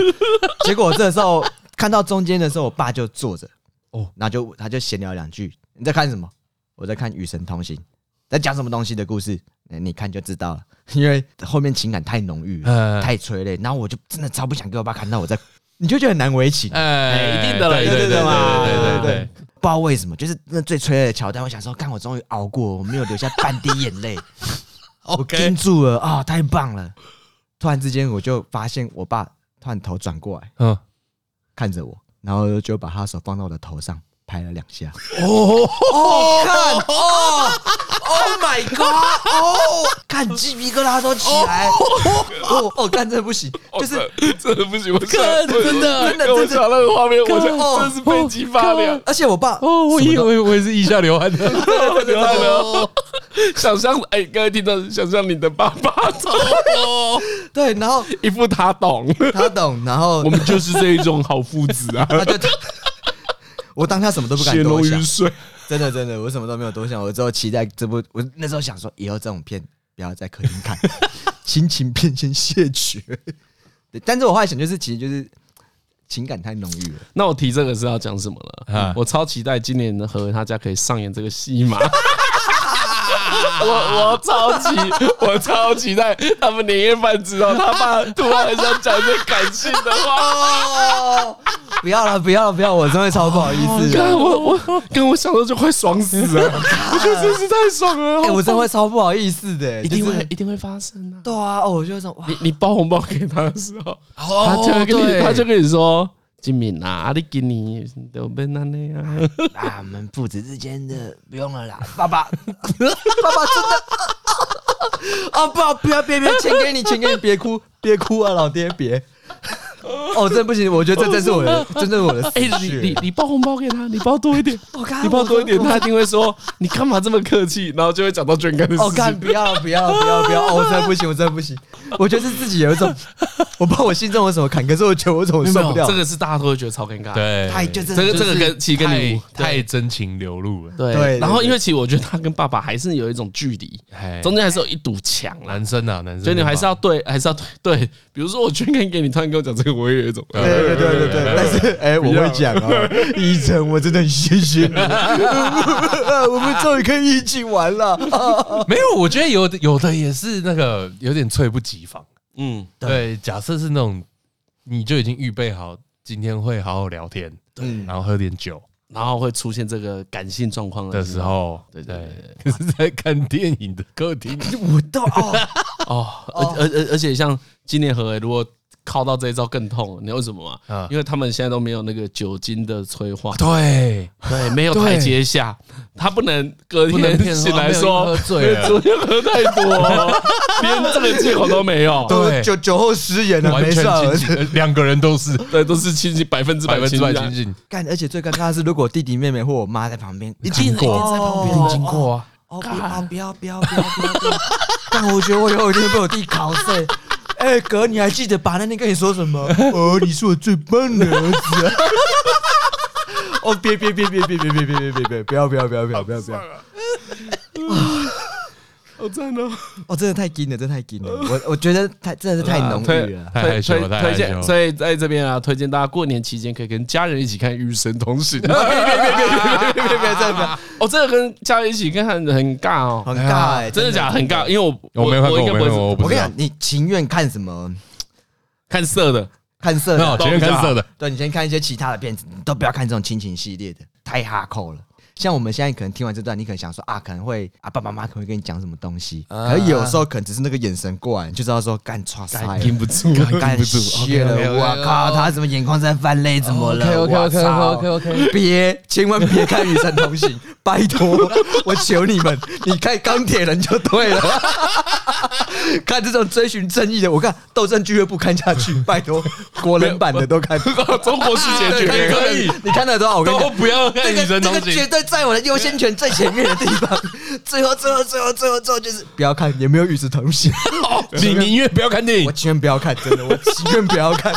C: 结果这时候看到中间的时候，我爸就坐着，
B: 哦
C: 哦，然后就他就闲聊两句，你在看什么？我在看《与神同行》，在讲什么东西的故事？哎你看就知道了，因为后面情感太浓郁了。
B: 呃，
C: 太催泪，然后我就真的超不想给我爸看到我在， 你就觉得很难为情，
B: 哎，
A: 哎一定的啦
B: 对
A: 一定
B: 对
A: 的
B: 对
A: 嘛
B: 对对对对，
C: 不知道为什么，就是那最催泪的桥段，我想说，看我终于熬过，我没有流下半滴眼 泪，我
B: OK
C: 盯住了啊、太棒了！突然之间，我就发现我爸突然头转过来
B: 嗯，
C: 看着我，然后就把他手放到我的头上拍了两下，
B: 哦，
C: 哦， 看哦，Oh my God，哦，看鸡皮疙瘩都起来，哦哦，看这不行，就是
A: 真的不行，我
B: 干真的
C: 真的真的
A: 到那个画面，我
C: 哦
A: 想真是背脊发凉，
C: 而且我爸
B: 哦，我
C: 什么
B: 以
C: 都
B: 为我也是腋下 流汗的，
A: 流汗了。想象，哎，各位听众，想象你的爸爸走，
C: 对，然后
A: 一副他懂，
C: 他懂，然后
A: 我们就是这一种好父子啊，
C: 他就我当下什么都不敢
A: 血浓
C: 多想
A: 于，水。
C: 真的真的，我什么都没有多想，我之后期待这部，我那时候想说以后这种片不要在客厅看， 亲情片先谢绝。对，但是我后来想，就是其实就是情感太浓郁了，
A: 那我提这个是要讲什么
B: 啊
A: 了？我超期待今年的何他家可以上演这个戏 码。我我超期，我超期待他们年夜饭之后，他爸突然很想讲一些感性的 话。哦
C: 不要了，不要了，不要，我真的超不好意思
A: 干
C: 的。
A: 哦我我跟我想到就快爽死了，我觉得真是太爽了。
C: 哎，我真的会超不好意思的，
A: 一定
C: 就是
A: 会一定会发生啊！
C: 对啊，哦，我就说哇，
A: 你你包红包给他的时候，他
B: 哦
A: 就会跟你
B: 对
A: 他就跟你说：“金敏啊，阿里给你都被那那样。
C: 啊，我们父子之间的不用了啦， 爸爸，爸爸真的， 啊，不要不要，别别，钱给你，钱给你，别哭，别哭啊，老爹，别。 哦，真的不行，我觉得这真是我的，真正是我的”死
A: 哎，你
C: 穴
A: 你你包红包给他，你包多一点，
C: 我看
A: 你包多一点，他一定会说：“你干嘛这么客气？”然后就会讲到捐肝的事
C: 哦， 看，
A: 情。
C: 不要不要不要不 要！哦，我真的不行，我真的不行。我觉得是自己有一种，我不知道我心中有什么坎，可是我觉得我总受不了。
A: 这个是大家都会觉得超尴尬。
B: 对，
C: 太就真
A: 这个
C: 的
B: 就
A: 这
B: 是
A: 个跟其实跟你
B: 太太真情流露了，
A: 对
C: 对
A: 然后因为其实我觉得他跟爸爸还是有一种距离，
B: 哎
A: 中间还是有一堵墙啦。
B: 男生啊，男
A: 所
B: 生的话，
A: 以你还是要对，还是要对对。比如说我捐献给你，突然跟我讲这个，我也有一种。
C: 对对对对对，但是哎、我会讲哦， 医生，我真的很谢谢你， 我们终于可以一起玩了。
B: 没有，我觉得有的有的也是那个有点猝不及防。
A: 嗯，
B: 对，假设是那种你就已经预备好今天会好好聊天，对，然后喝点酒，
A: 然后会出现这个感性状况
B: 的时，候，
A: 对对对对
B: 可是在看电影的客厅，
C: 我到哦，
A: 哦，而而而而且像今年何为欸如果靠到这一招更痛了，你知道为什么吗
B: 嗯？
A: 因为他们现在都没有那个酒精的催化，
B: 对，
A: 对，没有台阶下，他不能隔
B: 不能
A: 天
B: 骗
A: 醒
B: 说
A: 来
B: 啊没有
A: 说
B: 喝醉了
A: 昨天喝太多，连这个借口都没有。
B: 对
C: 酒酒后失言了，
B: 完
C: 没
B: 全
C: 事啊。
B: 清醒，呃两个人都是
A: 对，都是亲戚百分之
B: 百
A: 百
B: 分之
A: 亲
B: 百
A: 戚啊
B: 清醒，
C: 干，而且最尴尬的是，如果弟弟妹妹或我妈在旁边，一定
B: 经过
C: 一定在旁
B: 一
C: 边
B: 定经过啊，
C: 哦，不要不要不要不要不要！不要但我觉得我以后一定会被我弟考碎。哎、哥，你还记得爸那天跟你说什么？哦，你是我最棒的儿子、啊。哦，别别别别别别别别别别别！不要不要不要不要不要不要！
A: 哦，真的
C: 哦，真的太金了，真的太金了。我我觉得太真的是太浓郁了。
B: 太害羞了太害
A: 推
B: 羞了
A: 荐，所以在这边啊，推荐大家过年期间可以跟家人一起看《与神同行》。
C: 别别别别，真的不要，
A: 哦，这个跟家人一起看很尬哦，
C: 很尬哎、
A: 真的假的？很尬，因为我
B: 我没有看过，
A: 应
B: 我
A: 该
B: 没
A: 不会
B: 有看过，我
C: 我
B: 不知
C: 跟你
B: 道
C: 讲，，你情愿看什么？
A: 看色的，
C: 看色
B: 没有，
C: 的？
B: 前面看色的，
C: 对，你先看一些其他的片子，你都不要看这种亲情系列的，太哈扣了。像我们现在可能听完这段，你可能想说啊，可能会啊，爸爸妈妈可能会跟你讲什么东西，可是有时候可能只是那个眼神过来，你就知道说干差赛
B: 哎
C: 了，
A: 不住，
C: 干血了，我靠，他怎么眼眶在泛泪，怎么了我操
B: OK，
C: 别，千万别看《与神 同行》，拜托，我求你们，你看钢铁人就对了。 看这种追寻正义的，我看《斗争俱乐部》看 下去，拜托，国人版的都看。
A: 中国式解决
C: 对
A: 也可以，，
C: 你看得到，我跟你
A: 都
C: 讲。
A: 不要看
C: 这
A: 《
C: 个
A: 与神
C: 这
A: 同
C: 个
A: 行
C: 绝》。对在我的优先权最前面的地方， 最后最后最后最后最后就是不要看，也没有与神同行，
B: 你宁愿不要看电
C: 我
B: 影，
C: 情愿不要看，真的，我情愿不要看。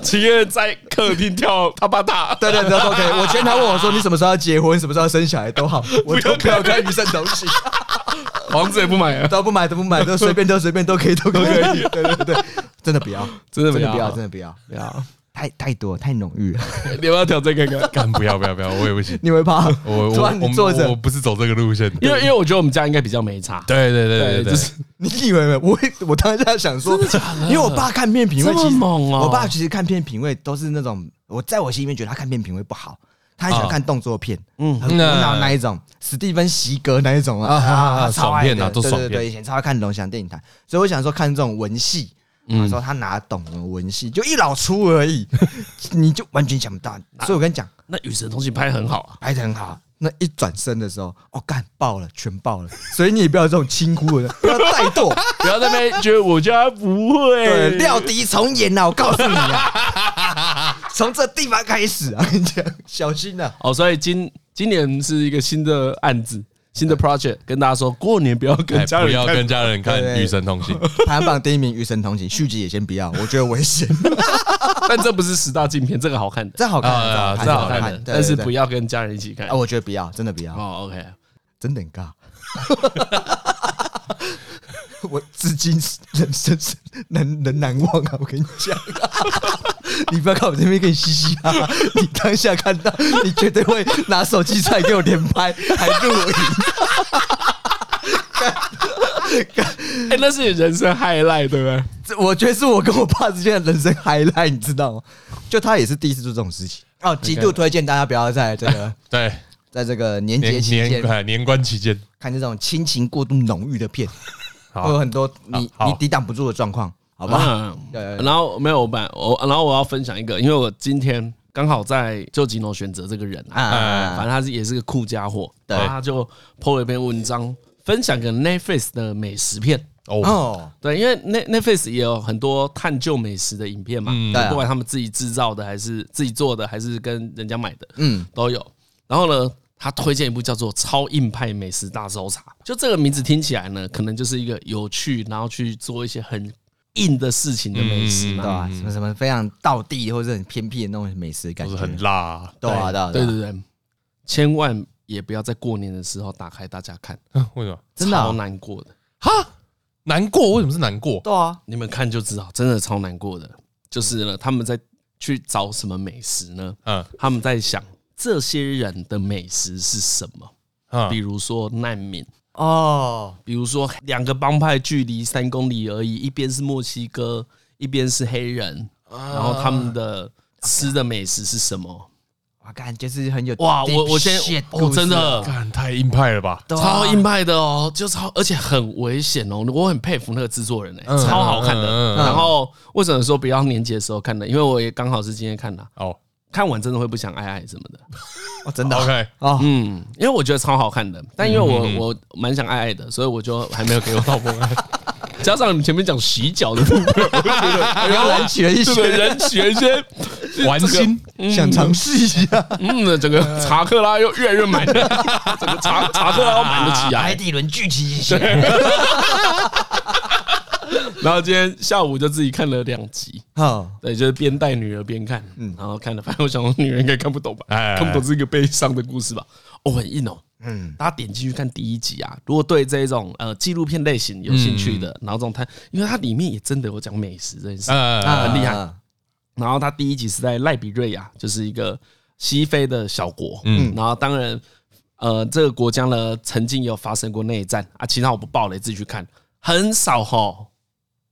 A: 情愿在客厅跳塔巴塔，
C: 对对对，OK，我前台问我说你什么时候要结婚，什么时候要生小孩都好，我都不要看与神同行，
A: 房子也不买啊了，
C: 都不买都不买，都随便都随便都可以都可以， 对对对，真的不要，
A: 真的
C: 真
A: 不
C: 的
A: 要啊
C: 不要，真的不要，
A: 不要，
C: 太太多太浓郁了，
A: 你要不要挑战看看？
B: 干不要不要不要，我也不行，
C: 你会怕？
B: 我我
C: 突然 你坐
B: 我我
C: 着，
B: 不是走这个路线的，
A: 因为因为我觉得我们家应该比较没差，
B: 对对对对对，
A: 就是
C: 你以为没有？我会我当时在想说，因为我爸看片品味其
A: 这
C: 实
A: 么猛哦
C: 我爸其实看片品味都是那种，我在我心里面觉得他看片品味不好。他很喜欢
A: 啊
C: 看动作片，嗯，很无脑那一种，史蒂芬·席格那一种啊，
B: 啊啊啊
C: 他超
B: 爽
C: 爱
B: 片啊
C: 的
B: 都
C: 对
B: 爽
C: 对对，
B: 片
C: 以前超爱看龙翔电影台，所以我想说看这种文戏，
B: 嗯
C: 他说他哪懂文戏，就一老粗而已， 你就完全想不到。
B: 啊
C: 所以我跟你讲，
A: 那《与神同行》拍得很好啊，
C: 拍的很好。那一转身的时候，哦，干爆了，全爆了。所以你也不要这种轻忽的，不要怠 惰，
A: 不要在那边觉得我家不会，
C: 对，料敌从严啊！我告诉你啊， 从这地方开始啊， 跟你讲，小心啊！
A: 哦，所以今今年是一个新的案子，新的 project，跟大家说过年不要跟
B: 哎
A: 家
B: 不
A: 人
B: 要
A: 看
B: 跟家人看
C: 对对
B: 《
C: 对
B: 与神同行》，
C: 排行榜第一名《与神同行》，续集也先不要，我觉得危险。
A: 但这不是十大禁片，这个好看的，
C: 这好看
B: 啊
C: 啊，
B: 这
C: 这
B: 好
C: 好
B: 看
C: 看，
A: 的但是不
C: 要
A: 要跟家人一起看。
C: 啊！
A: 哦
C: 我觉得不要，真的不要，
A: ，OK，
C: 真的很尬。 我至今人生是难能难忘啊！我跟你讲， 你不要看我这边跟你嘻嘻哈哈，你当下看到，你绝对会拿手机出来给我连拍，还录影。
A: 哎，那是你人生 highlight 对不对？
C: 这我觉得是我跟我爸之间的人生 highlight，你知道吗？就他也是第一次做这种事情哦，极度推荐大家不要在这 个，
B: 对，
C: 在这个年节
B: 年
C: 期
B: 年
C: 间
B: 哎年关期间，
C: 看这种亲情过度浓郁的片，会有
B: 好，
C: 很多你
B: 好
C: 你抵挡不住的状况，
A: 好
C: 好不好？
A: 吧。
C: 对对
A: 嗯
C: 对
A: 然后没有我本来我，然后我要分享一个，因为我今天刚好在就吉诺选择这个人啊，反
C: 啊
A: 正，他是也是个酷家伙，
C: 对
A: 然后他就 PO 了一篇文章，分享个 Netflix 的美食片。
B: 哦，
C: 哦，
A: 对，因为 Net Netflix 也有很多探究美食的影片嘛，
C: 对
A: 嗯
C: 啊
A: 不管他们自己制造的，还是自己做的，还是跟人家买的，
C: 嗯，
A: 都有。然后呢，他推荐一部叫做《超硬派美食大搜查》，就这个名字听起来呢，可能就是一个有趣，然后去做一些很硬的事情的美食
C: 对
A: 嘛。
C: 吧？什么什么非常道地或者很偏僻的那种美食感
B: 都
C: 觉
B: 是，很辣啊，
C: 对啊，对啊，
A: 嗯对
C: 啊
A: 对对，千万也不要在过年的时候打开大家看，
B: 为什么？
C: 真的啊
A: 超难过的。
B: 哈，难过？为什么是难过？
C: 对啊，
A: 你们看就知道，真的超难过的。就是呢，他们在去找什么美食呢？
B: 嗯
A: 他们在想这些人的美食是什么，比
B: 嗯，
A: 如说难民。
C: 哦，
A: 比如说两个帮派距离三公里而已，一边是墨西哥，一边是黑人，然后他们的吃的美食是什么？
C: 啊，感就是很有
A: 哇，我
C: deep
A: 我先
C: shit 故
A: 我
C: 事
A: 真的
B: 干太硬派了吧？
C: 对啊
A: 超硬派的哦，就超而且很危险哦，我很佩服那个制作人哎、
B: 嗯
A: 超好看
B: 嗯嗯
A: 的。
B: 嗯
A: 然后为什么说不要年节的时候看呢？因为我也刚好是今天看的啊，
B: 哦
A: 看完真的会不想爱爱什么的。
C: 哦，真的啊
B: ，OK，
C: 哦，
A: 嗯，因为我觉得超好看的，但因为我我蛮想爱爱的，所以我就还没有给我老婆爱。 加上你们前面讲洗脚的部分，我就觉得哎
C: 要来
A: 呦
C: 学一
A: 这个
C: 学，
A: 人学些
B: 玩心
C: 想尝试一下。
A: 嗯，整个查克拉又越来越买了， 整个查查克拉要买得起啊
C: 海。底轮聚集一下，
A: 然后今天下午就自己看了两集，
C: 哦，
A: 对，就是边带女儿边看，嗯，然后看了，反正我想说女人应该看不懂吧，
B: 哎
A: 看不懂是一个悲伤的故事吧，哦，很硬哦。嗯，大家点进去看第一集啊。如果对这种呃纪录片类型有兴趣的，然后这种它，因为它里面也真的有讲美食这件事。
B: 呃，
A: 很厉害
C: 啊
A: 然后它第一集是在赖比瑞亚，就是一个西非的小国。嗯，然后当然，呃，这个国家呢曾经有发生过内战啊，其他我不爆雷，自己去看，很少哈，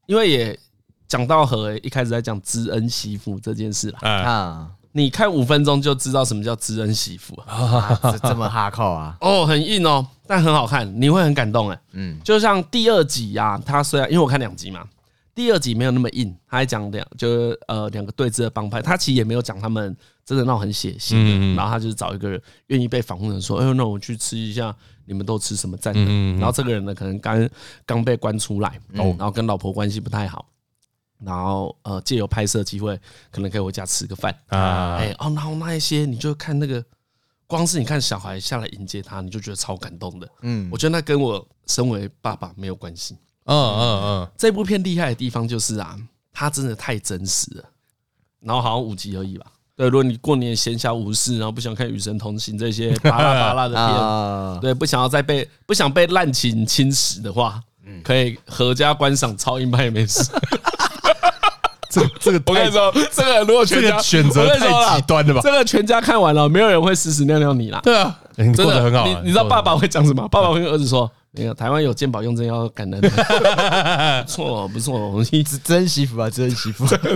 A: 因为也讲到和一开始在讲知恩惜福这件事啦。
B: 哎，
C: 啊，
A: 你看五分钟就知道什么叫知恩惜福啊！
C: 啊这这么哈扣啊？
A: 哦，很硬哦，但很好看，你会很感动哎。
C: 嗯，
A: 就像第二集啊，它虽然因为我看两集嘛，第二集没有那么硬，它还讲两就是呃两个对峙的帮派，它其实也没有讲他们真的闹很血腥的，
B: 嗯嗯
A: 然后他就是找一个人愿意被访问的人说，哎呦，那我去吃一下你们都吃什么蘸的，
B: 嗯嗯哦嗯
A: 然后这个人呢可能刚刚被关出来，然后跟老婆关系不太好。然后呃，借由拍摄机会，可能可以回家吃个饭
B: 啊
A: 啊。哎、哦，然后那一些你就看那个，光是你看小孩下来迎接他，你就觉得超感动的。
C: 嗯
A: 我觉得那跟我身为爸爸没有关系。
B: 嗯嗯
A: 这部片厉害的地方就是啊，它真的太真实了。然后好像五集而已吧。对，如果你过年闲暇无事，然后不想看《与神同行》这些巴拉巴拉的片，
C: 啊，
A: 对，不想要再被不想被滥情侵蚀的话，可以合家观赏超硬派也没事。
B: 这这个
A: 我跟你说，这个如果全
B: 这
A: 家
B: 个选择
A: 我跟你说啦
B: 太极端了吧
A: 这个全家看完了，没有人会屎屎尿尿你啦。
B: 对啊，你
A: 真
B: 过
A: 的
B: 得很好啊，
A: 你你知道
B: 过得
A: 爸爸会讲什么？爸爸会跟儿子说：“没有，台湾有健保用证要感恩，不错不错，我们一直
C: 知知恩惜福啊，知恩惜 福，
A: 真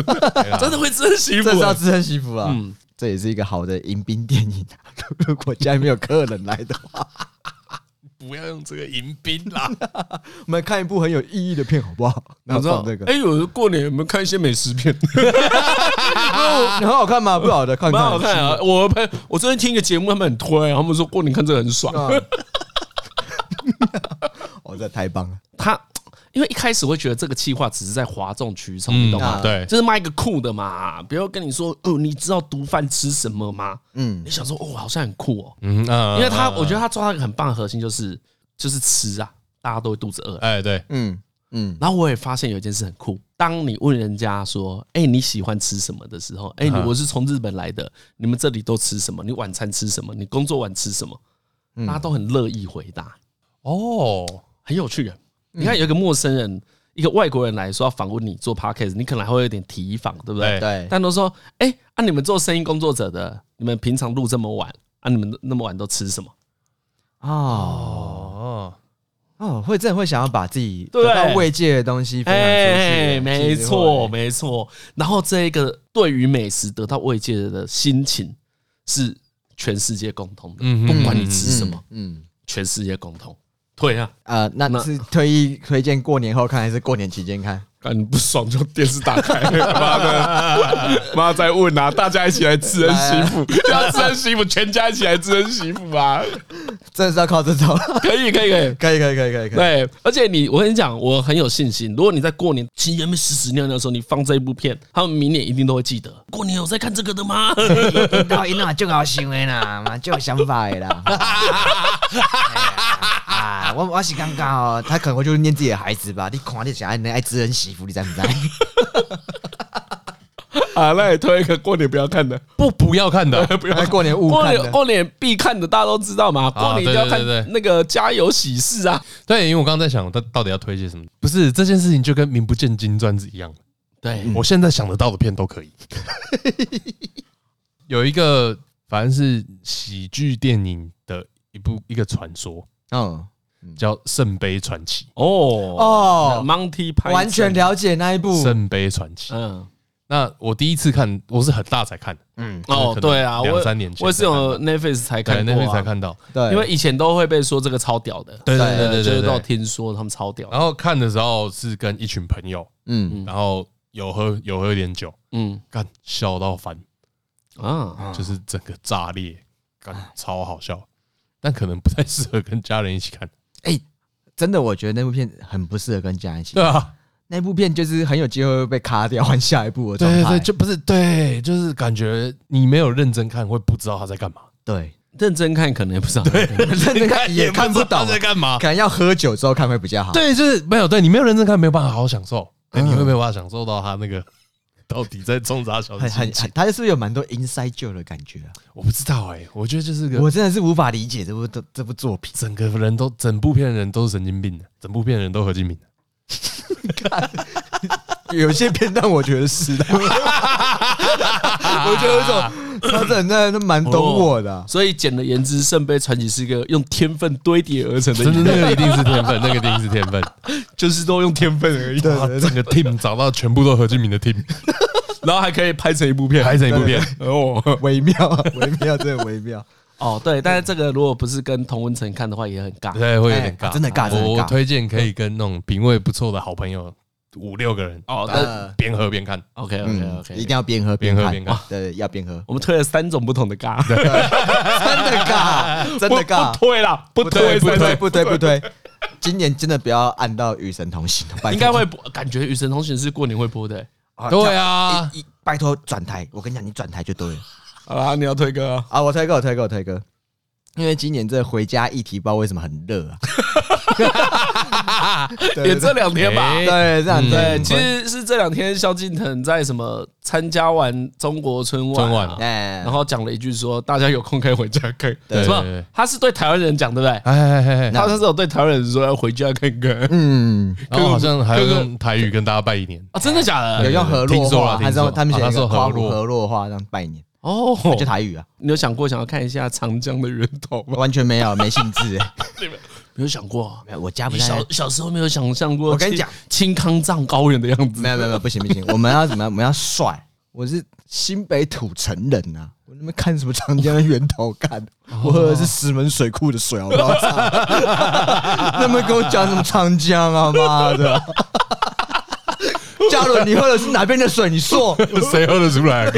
A: 的会嗯珍惜
C: 这是要
A: 我。
C: 知恩惜福啊。这也是一个好的迎宾电影啊。 如果家里面有客人来的话，
B: 不要用这个迎宾啦，
C: 我们看一部很有意义的片，好不好？然
A: 你
C: 后
A: 知道
C: 放这？个
A: 哎，有的过年有没有看一些美食片？
C: 很好看吗？不好的，看
A: 蛮好看啊！我朋我最近听一个节目，他们很推，他们说过年看这个很爽。
C: 啊！ 哦，这太棒了！
A: 他因为一开始会觉得这个企划只是在哗众取宠，
B: 嗯
A: 你懂吗？
B: 对
A: 就是卖一个酷的嘛，不要跟你说哦，你知道毒贩吃什么吗？
C: 嗯
A: 你想说哦，好像很酷哦，
B: 嗯嗯，
A: 因为他
B: 嗯
A: 我觉得他抓到一个很棒的核心，就是就是吃啊，大家都会肚子饿啊。
B: 哎对，
C: 嗯嗯，
A: 然后我也发现有一件事很酷，当你问人家说：“哎、你喜欢吃什么？”的时候，哎、你
B: 嗯
A: 我是从日本来的，你们这里都吃什么？你晚餐吃什么？你工作晚吃什么？
B: 嗯
A: 大家都很乐意回答，
B: 哦，
A: 很有趣。啊
B: 嗯
A: 你看，有一个陌生人，一个外国人来说要访问你做 podcast，你可能还会有点提防，对不对？
B: 对
C: 对，
A: 但都说：“哎、啊，你们做生意工作者的，你们平常录这么晚啊，你们那么晚都吃什么？
C: 哦
B: 哦，
C: 哦，会真的会想要把自己
A: 对
C: 得到慰藉的东西分
A: 哎，
C: 享出去，
A: 没
C: 其实
A: 错，
C: 会
A: 没错。然后这一个对于美食得到慰藉的心情是全世界共通的，
B: 嗯
A: 不管你吃什么，
C: 嗯。
A: 全世界共通。退啊，
C: 呃，那
A: 那
C: 是推议推荐过年后看，还是过年期间看？
A: 干你不爽就电视打开，妈 的，妈在问啊，大家一起来知恩惜福，要知恩惜福，全家一起来知恩惜福啊！
C: 真的是要靠这招，
A: 可以，可以，可以。
C: 可以，可以，可以，可以，可以。
A: 对，而且你，我跟你讲，我很有信心。如果你在过年期间被屎屎尿尿的时候，你放这一部片，他们明年一定都会记得。过年有在看这个的吗？
D: 领导一弄就好行为 啦，嘛就
C: 有想法的 啦，哎
D: 啊，我我是感觉哦，
C: 他可能会就是念自己的孩子吧。你看你小孩，你爱知恩惜福，你知不知道？
A: 啊，那也推一个过年不要看的，
B: 不不要看的，
A: 不要
C: 在
A: 看。
C: 过年误
A: 过
C: 看
A: 年哦
C: 的，
A: 过年必看的，大家都知道嘛。过年一定要看
B: 啊对对对对
A: 那个家有喜事啊。
B: 对，因为我刚刚在想，他到底要推荐什么？不是这件事情就跟名不见经传是一样的，
A: 对，
B: 我现在想得到的片都可以。 有一个反正是喜剧电影的一部一个传说，
C: 嗯，
B: 叫《圣杯传奇》。
A: 哦
C: 哦
A: ，Monty Python
C: 完全了解那一部，
B: 圣杯传奇，
A: 哦嗯，
B: 那我第一次看，我是很大才看的，
C: 嗯，
A: 哦，对啊，我
B: 两三年前
A: 我也是有 Netflix 才
B: 可
A: 看
B: 能
A: 过
B: 那
A: 啊
B: 边才，看到。
C: 对，
A: 因为以前都会被说这个超屌的，
B: 对
C: 对
A: 呃就是都有
B: 对。哦
A: 听说他们超屌的，
B: 然后看的时候是跟一群朋友，
C: 嗯，
B: 然后有喝有喝点酒，
A: 嗯
B: 干笑到翻，
A: 啊，
B: 就是整个炸裂，干超好笑。但可能不太适合跟家人一起看，
C: 哎，真的，我觉得那部片很不适合跟家人一起
B: 对。啊，
C: 那部片就是很有机会会被卡掉换下一部的
B: 对对
C: 状态
B: 对，。就不是对，就是感觉你没有认真看，会不知道他在干嘛，
C: 对，
A: 认真看可能也不知道， 对，
C: 认真看也看不
B: 知道
C: 懂
B: 他，在干嘛
C: 可。能要喝酒之后看会比较好。
B: 对，就是没有对你没有认真看，没有办法好好享受，
C: 嗯
B: 对，你会没有办法享受到他那个 到底在冲啥小
C: 很
B: 心
C: 很
B: 情
C: 很，，他就是有蛮多 inside joke 的感觉啊。
B: 我不知道哎、我觉得就是个，
C: 我真的是无法理解这部这这部作品
B: 整个人都整部片的人都是神经病的，整部片的人都何敬明的，
C: 有些片段我觉得 是的，我觉得有一种他真的那蛮懂我的啊。
A: 所以简而言之，《圣杯传奇》是一个用天分堆叠而成的
B: 真的那个一定是天分，那个一定是天分，
A: 就是都用天分而已，
B: 哇，整个 team 找到全部都何敬明的 team，
A: 然后还可以拍成一部片，
B: 拍成一部片，
A: 哦
C: 微妙啊，微妙，真的微妙。
A: 哦，对，但是这个如果不是跟童文成看的话，也很尬。
B: 对， 会有点
C: 哎
B: 尬，
C: 真的尬真的尬
B: 我我推荐可以跟那种品味不错的好朋友五六个人
A: 哦，那
C: 呃，
B: 边喝边看，
A: OK OK
C: 嗯，
A: OK，，
C: 一定要边喝
B: 边喝
C: 看哦
B: 边看，
C: 对，要 边喝
A: 我们推了三种不同的尬，
C: 真的尬，真的尬
A: 不，推啦，不
C: 不推
A: 推
C: 不推
A: 推，
C: 不推不推。今年真的不要按到与神同行，拜托
A: 应该会播，感觉《与神同行》是过年会播的。
C: 啊
B: 对啊，
C: 一一拜托转台，我跟你讲，你转台就对了
A: 好啦，你要推歌啊？
C: 啊！我推歌，我推歌，我推歌。因为今年这回家议题不知道为什么很热啊，对
A: 也这两天吧。
B: 哎
C: 对，这样
B: 嗯
A: 对，
C: 对，
A: 其实是这两天萧敬腾在什么参加完中国春晚啊，
B: 春晚啊
C: 哎，
A: 然后讲了一句说大家有空可以回家看，
B: 对
A: 什
B: 对对
A: 么？他是对台湾人讲对不对？
B: 哎哎哎哎，
A: 他那时候对台湾人说要回家看看
C: 嗯，
B: 然后好像还要用台语跟大家拜一年，
A: 啊，真的假
C: 有
A: 的？
C: 用河
B: 听
C: 洛
B: 说
C: 话，
B: 了
C: 还是
B: 听说
C: 他们写
B: 啊
C: 一
B: 他
C: 个
B: 说
C: 花
B: 河洛
C: 湖河洛话这样拜年，
A: 哦，
C: 就台语啊，
A: 你有想过想要看一下长江的源头吗？
C: 完全没有，没兴致。
A: 没有想过啊，
C: 没有，我家不
A: 你
C: 在
A: 小，小时候没有想象过，
C: 我跟你讲，
A: 清康藏高原的样子
C: 没有没有没有，不行不行，我 们要怎么样？我们要帅。我是新北土城人呐、啊，我那边看什么长江的源头看，
A: 哦
C: 我喝的是石门水库的水，好不好？ 那么跟我讲什么长江啊，妈的！嘉伦，你喝的是哪边的水？你说，
B: 谁喝得出 来？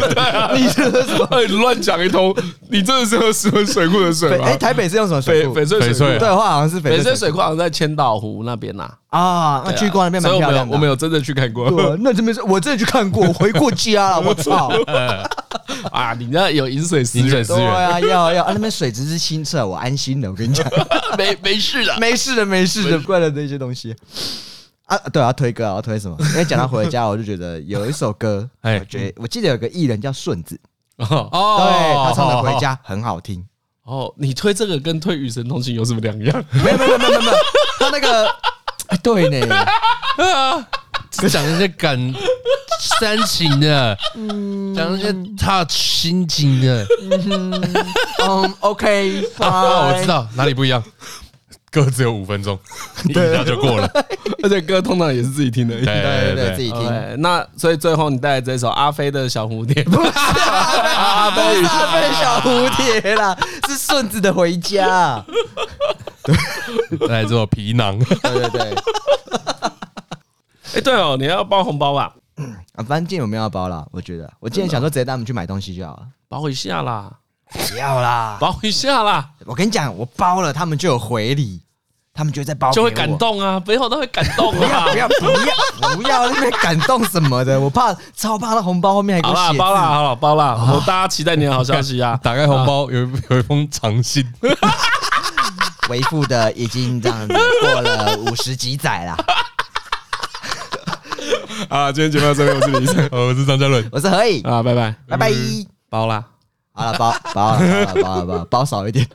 C: 你是喝什么？
A: 哎，你乱讲一通，你真的是喝石门水库的水
C: 北
A: 吗
C: 哎、？台北是用什么水
A: 翡
C: 库？
A: 翡翠
B: 翡翠
A: 水
C: 对，
A: 库，
C: 话好像是翡
A: 翡翠
C: 翠水
A: 水库好像在千岛湖那边呐，
C: 啊，那
A: 对啊
C: 去过那边蛮
A: 所以我
C: 漂
A: 没有
C: 亮的啊。
A: 我没有真的去看过
C: 对啊，那这边是我真的去看过，我回过家了，我操！
A: 啊。你那有饮水思
B: 饮水
A: 源，
B: 思
C: 对
B: 源，
C: 啊，要要啊，那边水质是清澈，我安心了。我跟你讲，
A: 没没事的。
C: 没事的，没事的，怪了那些东西。啊，对啊，推歌啊，我推什么？因为讲到回家，我就觉得有一首歌，
B: 哎
C: 我觉得我记得有个艺人叫顺子， 对
B: 哦
C: 他唱的《回家》很好听。
A: 哦，你推这个跟推《与神同行》有什么两 样？
C: 没有没有没有没有没有，他那个哎对呢，
B: 讲那些感煽情的，讲那些 touch 心情的。
C: 嗯，OK，
B: 啊，我知
C: 道，
B: 道哪里不一样，歌只有五 分钟，一下就过了。
A: 而且歌通常也是自己听的。
B: 对
C: 对对对，
B: 对
C: 自
B: 对，
C: 己听。
A: OK，那所以最后你带来这首阿飞的小蝴蝶，不啊哎
C: 阿飞阿飞啊小蝴蝶啦，是顺子的回家。
B: 来之后皮囊，
C: 对对对，
A: 哎，对哦，你要包红包吧？
C: 啊，反正今天我没有要包啦，我觉得我今天想说直接带他们去买东西就好 了。
A: 包一下啦，
C: 不要啦，
A: 包一下啦，
C: 我跟你讲，我包了，他们就有回礼，他们就会再包，
A: 就会感。动啊，背后都会感 动
C: 不要
A: 啊
C: 不。要不要不要那边感动什么的，我怕超怕那红包后面还给
A: 好
C: 我
A: 啦，
C: 写
A: 包啦，
C: 字。
A: 好啦，包啦， 我大家期待你的好消息啊！
B: 打开红包，有一有一封长信，
C: 为父的已经这样子过 了五十几载啦。
A: 啊，今天节目到这边，我是李医 生
B: 哦我是张嘉伦，
C: 我是何
A: 嗯
C: 以，
A: 啊，拜拜，
C: 拜拜。
A: 包啦。
C: 好了，包包了包了包了包了包少一点。